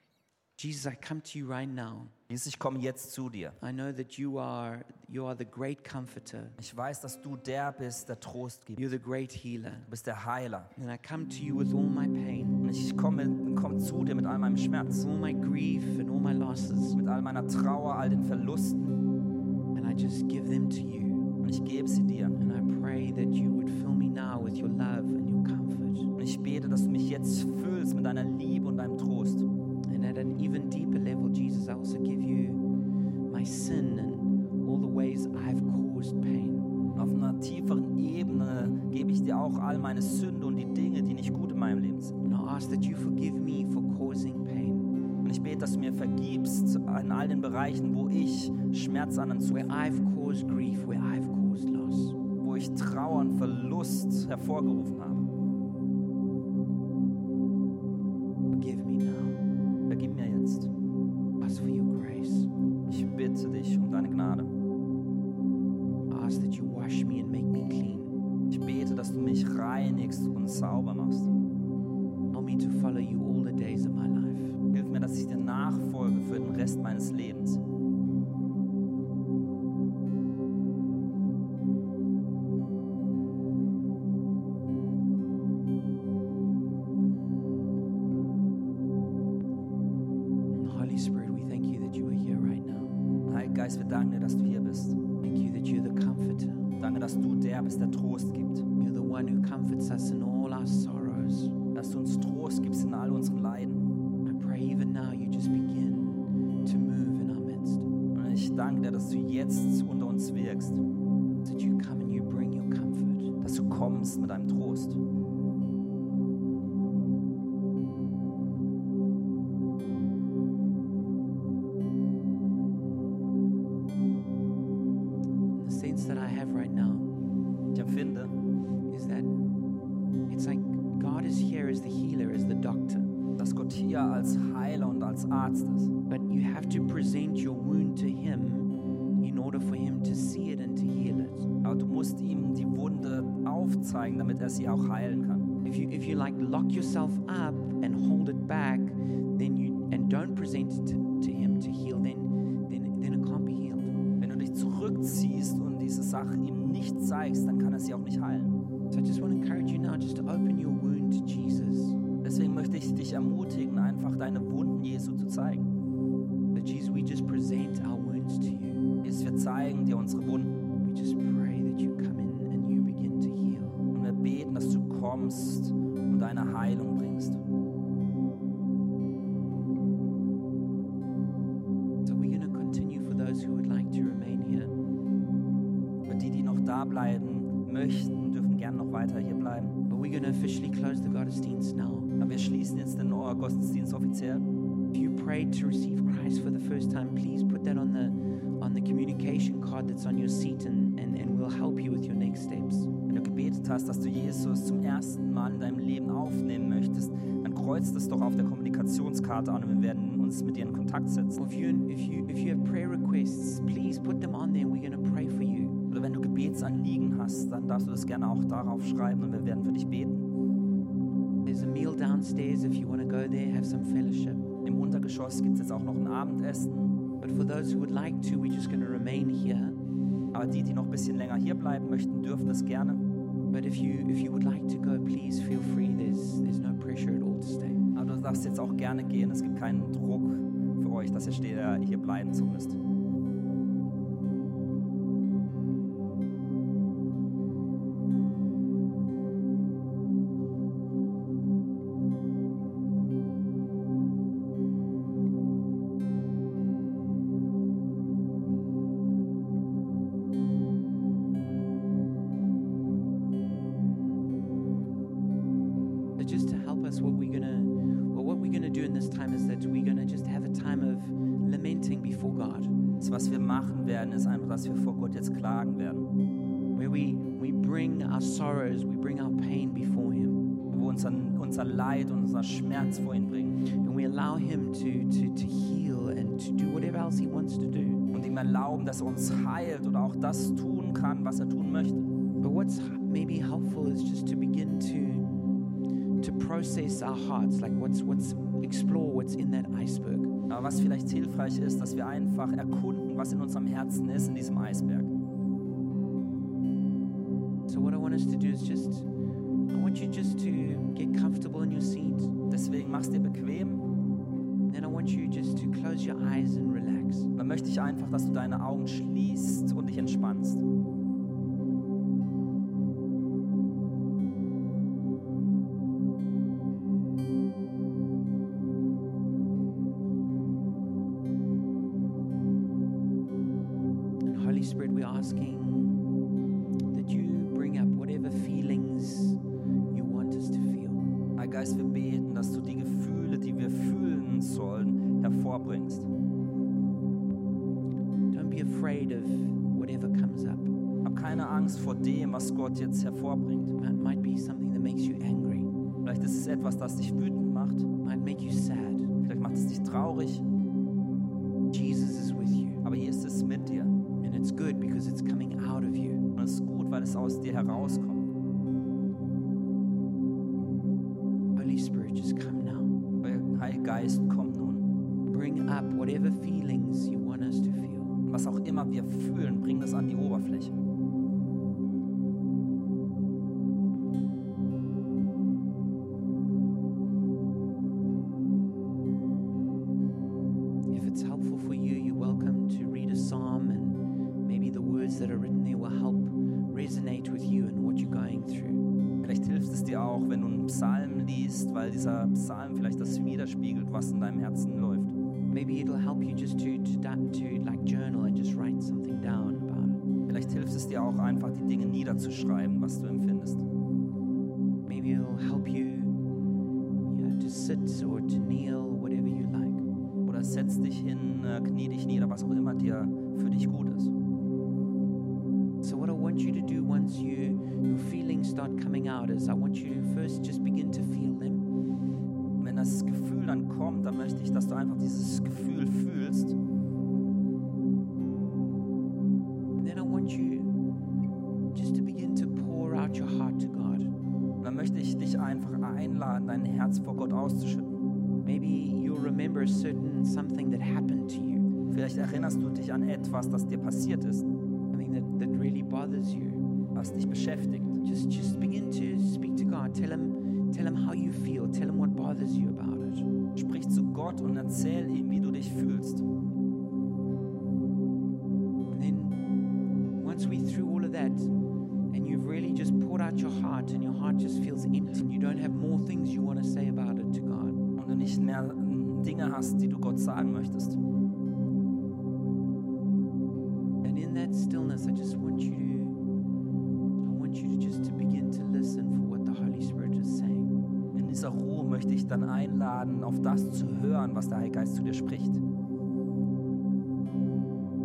S2: Jesus, I come to you right now.
S1: Jesus, ich komme jetzt zu dir.
S2: I know that you are, you are the great comforter,
S1: Ich weiß, dass du der bist, der Trost gibt.
S2: you're the great healer.
S1: Du bist der Heiler.
S2: And I come to you with all my pain,
S1: Und ich komme, komme zu dir mit all meinem Schmerz,
S2: all my grief, and all my losses.
S1: mit all meiner Trauer, all den Verlusten.
S2: And I just give them to you.
S1: Und ich gebe sie dir.
S2: And I pray that you would fill me now with your love and your comfort.
S1: Und ich bete, dass du mich jetzt füllst mit deiner Liebe und deinem Trost.
S2: And at an even deeper level, Jesus, I also give you my sin and all the ways I've caused pain.
S1: Und auf einer tieferen Ebene gebe ich dir auch all meine Sünde und die Dinge, die nicht gut in meinem Leben sind.
S2: And I ask that you forgive me for causing pain,
S1: Und ich bete, dass du mir vergibst an all den Bereichen, wo ich Schmerz an und zu,
S2: where I've caused grief, where I've caused loss.
S1: wo ich Trauer und Verlust hervorgerufen habe.
S2: Forgive me now.
S1: Vergib mir jetzt.
S2: I ask for your grace.
S1: Ich bitte dich um deine Gnade.
S2: I ask that you wash me and make me clean.
S1: Ich bete, dass du mich reinigst und sauber machst.
S2: Help me to follow you all the days of my life.
S1: Hilf mir, dass ich dir nachfolge für den Rest meines Lebens.
S2: And Holy Spirit, we thank you that you are here right now.
S1: Heiliger Geist, wir danken dir, dass du hier bist.
S2: Thank Thank you that you're the comforter.
S1: Danke, dass du der bist, der Trost gibt.
S2: You're the one who comforts us in all our sorrows.
S1: Dass du uns Trost gibst in all unseren Leiden.
S2: I pray even now you just begin to move in our midst.
S1: Und ich danke dir, dass du jetzt unter uns wirkst.
S2: That you come and you bring your comfort.
S1: Dass du kommst mit deinem Trost.
S2: And the sense that I have right now
S1: Ich empfinde,
S2: is that it's like God is here as the healer, as the doctor.
S1: dass Gott hier als Heiler und als Arzt ist.
S2: But you have to present your wound to Him in order for Him to see it and to heal it.
S1: Aber du musst ihm die Wunde aufzeigen, damit er sie auch heilen kann.
S2: If you if you like lock yourself up and hold it back, then you and don't present it to, to Him to heal, then then then it can't be healed.
S1: Wenn du dich zurückziehst und diese Sache ihm nicht zeigst, dann kann er sie auch nicht heilen.
S2: So I just want to encourage you now just to open your wound to Jesus.
S1: Deswegen möchte ich dich ermutigen, einfach deine Wunden Jesu zu zeigen.
S2: That Jesus, we just present our wounds to you.
S1: Jesus, wir zeigen dir unsere Wunden
S2: We just pray that you come in and you begin to heal.
S1: und wir beten, dass du kommst und deine Heilung bringst.
S2: So we're going to continue for those who would like to remain here.
S1: Für die, die noch da bleiben möchten, dürfen gern noch weiter hier bleiben.
S2: But we're going to officially close the Gottesdienst now.
S1: Aber wir schließen jetzt den Gottesdienst offiziell.
S2: If you prayed to receive Christ for the first time, please put that on the on the communication card that's on your seat and, and, and we'll help you with your next steps.
S1: Wenn du gebetet hast, dass du Jesus zum ersten Mal in deinem Leben aufnehmen möchtest, dann kreuzt es doch auf der Kommunikationskarte an und wir werden uns mit dir in Kontakt setzen.
S2: Or if you if you if you have prayer requests, please put them on there. We're gonna pray for you.
S1: Oder wenn du Gebetsanliegen hast, dann darfst du das gerne auch darauf schreiben und wir werden für dich beten.
S2: There's a meal downstairs if you want to go there, have some fellowship.
S1: Im Untergeschoss gibt es jetzt auch noch ein Abendessen.
S2: But for those who would like to, we're just gonna remain here.
S1: Aber die, die noch ein bisschen länger hier bleiben möchten, dürfen das gerne.
S2: But if you if you would like to go, please feel free. There's there's no pressure at all to stay.
S1: Aber du darfst jetzt auch gerne gehen. Es gibt keinen Druck für euch, dass ihr ste- hier bleiben zumindest.
S2: But just to help us, what we're gonna, well, what we're gonna do in this time is that we're gonna just have a time of lamenting before God,
S1: Das, was wir machen werden, ist einfach, dass wir vor Gott jetzt klagen werden.
S2: where we we bring our sorrows, we bring our pain before Him,
S1: Wo wir unseren, unser Leid und unser Schmerz vor ihn bringen.
S2: and we allow Him to to to heal and to do whatever else He wants to do.
S1: und ihm erlauben, dass er uns heilt oder auch das tun kann, was er tun möchte.
S2: But what's h- maybe helpful is just to begin to to process our hearts, like what's what's explore what's in that iceberg.
S1: Aber was vielleicht hilfreich ist, dass wir einfach erkunden, was in unserem Herzen ist, in diesem Eisberg.
S2: So what I want us to do is just, I want you just to get comfortable in your seat.
S1: Deswegen mach's dir bequem.
S2: Then I want you just to close your eyes and relax.
S1: Dann möchte ich einfach, dass du deine Augen schließt und dich entspannst.
S2: And Holy Spirit, we're asking that you bring up whatever feelings you want us to feel.
S1: Herr Geist, wir beten, dass du die Gefühle, die wir fühlen sollen, hervorbringst.
S2: Don't be afraid of whatever comes up.
S1: Hab keine Angst vor dem, was Gott jetzt hervorbringt.
S2: It might be something that makes you angry,
S1: Vielleicht ist es etwas, das dich wütend macht.
S2: might make you sad.
S1: Vielleicht macht es dich traurig.
S2: Jesus is with you.
S1: Aber hier ist es mit dir.
S2: And it's good because it's coming out of you.
S1: Und es ist gut, weil es aus dir herauskommt.
S2: Holy Spirit, just come now.
S1: Heiliger Geist, komm nun.
S2: Bring up whatever feelings you want us to feel.
S1: Und Was auch immer wir fühlen, bring das an die Oberfläche.
S2: If it's helpful for you, you're welcome to read a psalm and maybe the words that are written there will help resonate with you and what you're going through.
S1: Vielleicht hilft es dir auch, wenn du einen Psalm liest, weil dieser Psalm vielleicht das widerspiegelt, was in deinem Herzen läuft.
S2: Maybe it'll help you just to, to, da- to like journal and just write something down about it.
S1: Vielleicht hilft es dir auch einfach, die Dinge niederzuschreiben, was du empfindest.
S2: Maybe it'll help you, you know, to sit or to kneel, whatever you like.
S1: Oder setz dich hin, äh, knie dich nieder, was auch immer dir für dich gut ist.
S2: So what I want you to do once you your feelings start coming out is I want you to first just begin to feel them.
S1: Und wenn das Gefühl dann kommt, dann möchte ich, dass du einfach dieses Gefühl fühlst.
S2: And then I want you just to begin to pour out your heart to God.
S1: Und dann möchte ich dich einfach einladen, dein Herz vor Gott auszuschütten.
S2: Maybe you'll remember a certain something that happened to you,
S1: Vielleicht erinnerst du dich an etwas, das dir passiert ist,
S2: something that, that really bothers you.
S1: was dich beschäftigt.
S2: Just just begin to speak to God. Tell him tell him how you feel. Tell him what bothers you about it.
S1: Sprich zu Gott und erzähl ihm, wie du dich fühlst.
S2: And then once we're through all of that and you've really just poured out your heart and your heart just feels empty and you don't have more things you want to say about it to God,
S1: Und du nicht mehr mm, Dinge hast, die du Gott sagen möchtest.
S2: And in that stillness, I just want you to, I want you to just to begin to listen for what the Holy Spirit is saying.
S1: In dieser Ruhe möchte ich dann einladen, auf das zu hören, was der Heilige Geist zu dir spricht.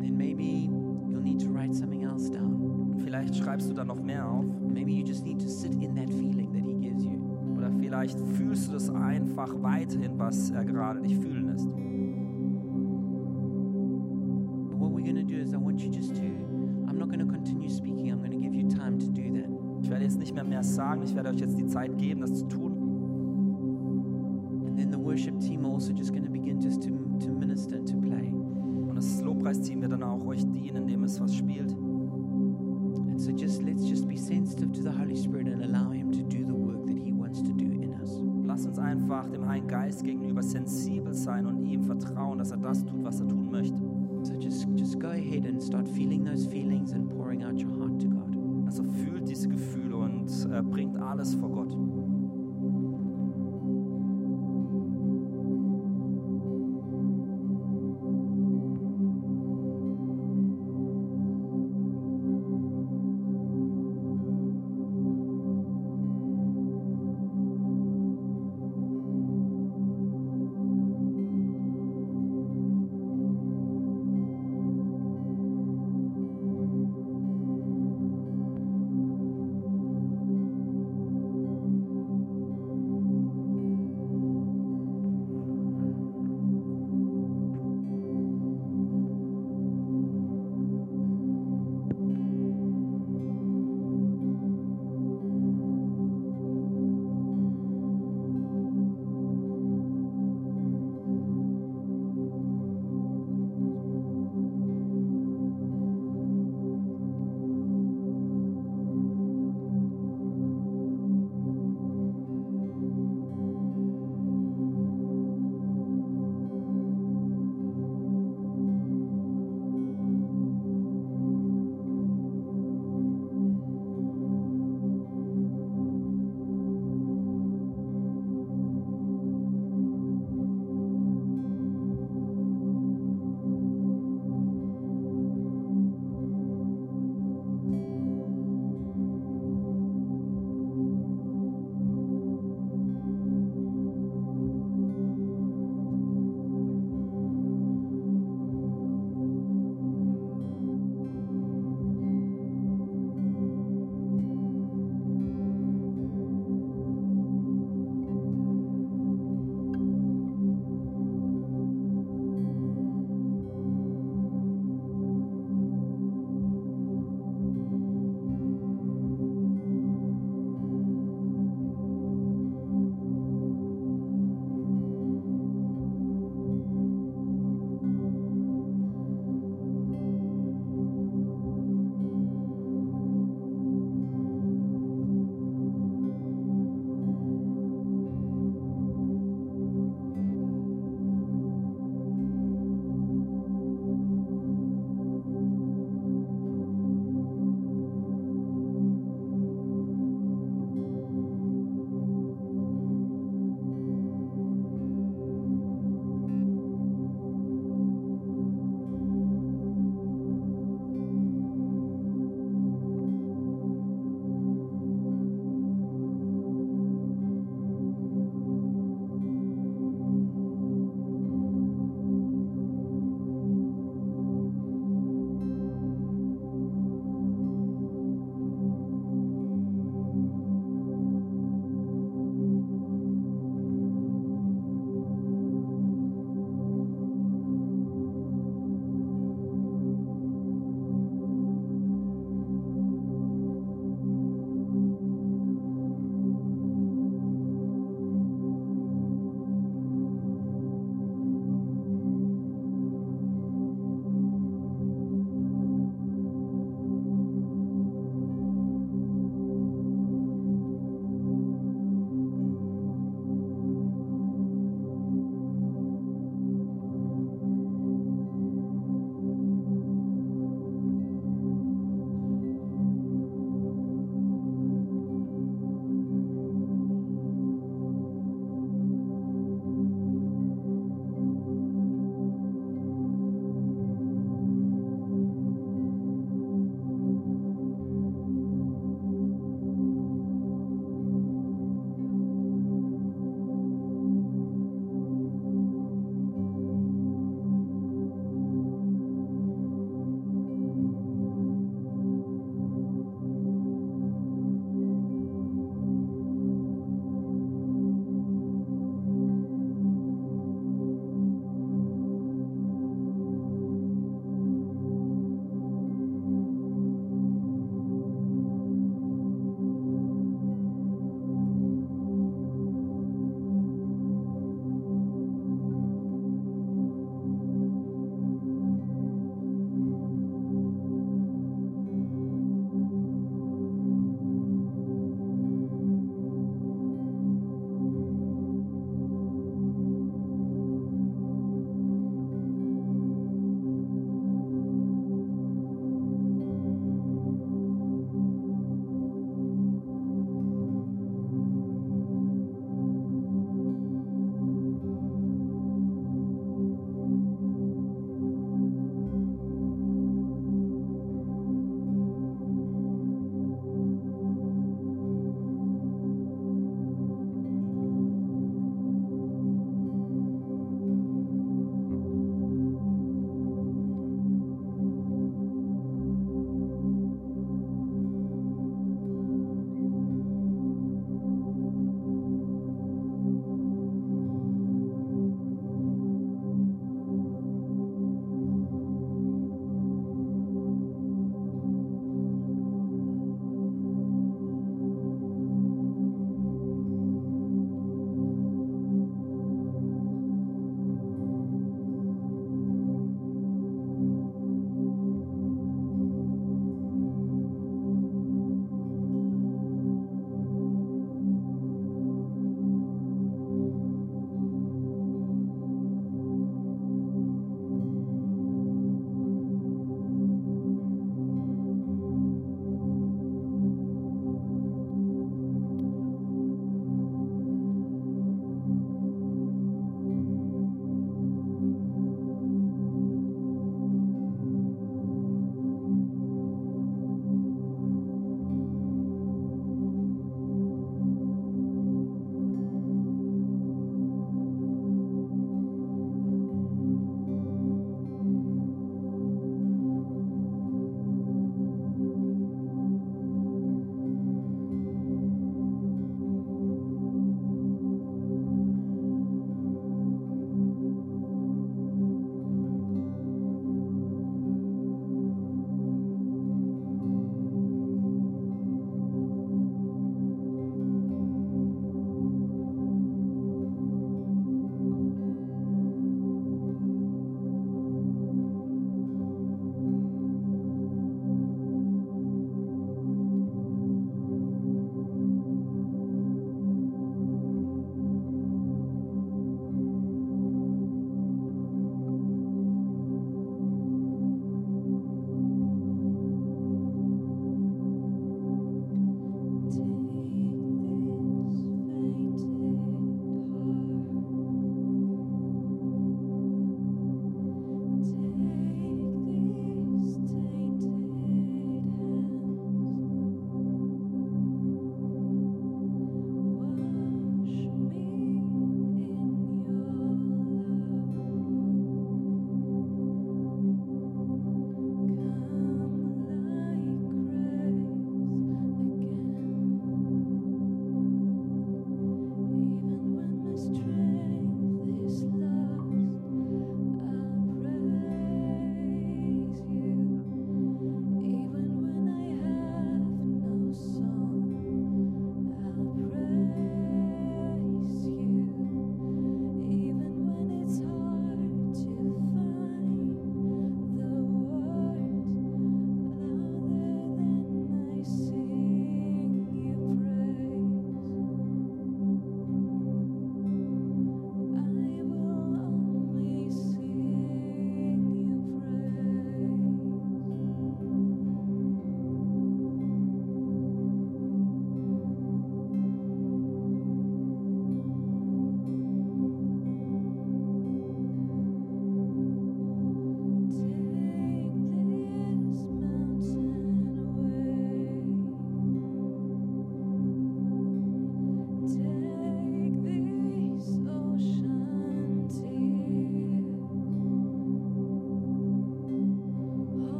S2: Then maybe you'll need to write something else down.
S1: Und vielleicht schreibst du dann noch mehr auf.
S2: Maybe you just need to sit in that feeling that He gives you.
S1: Oder vielleicht fühlst du das einfach weiterhin, was er gerade dich fühlen lässt.
S2: But what we're going to do is, I want you just to, I'm not going to continue speaking, I'm going to give you time to do that.
S1: Ich werde jetzt nicht mehr mehr sagen, ich werde euch jetzt die Zeit geben, das zu tun.
S2: And then the worship team are also just going to begin just to, to minister and to play.
S1: Und das Lobpreisteam wird dann auch euch dienen, indem es was spielt.
S2: And so just let's just be sensitive to the Holy Spirit and allow Him to do the work that He wants to do in us.
S1: Lasst uns einfach dem Heiligen Geist gegenüber sensibel sein und ihm vertrauen, dass er das tut, was er tun möchte.
S2: So just just go ahead and start feeling those feelings and pouring out your heart to God.
S1: Also fühlt diese Gefühle und äh, bringt alles vor Gott.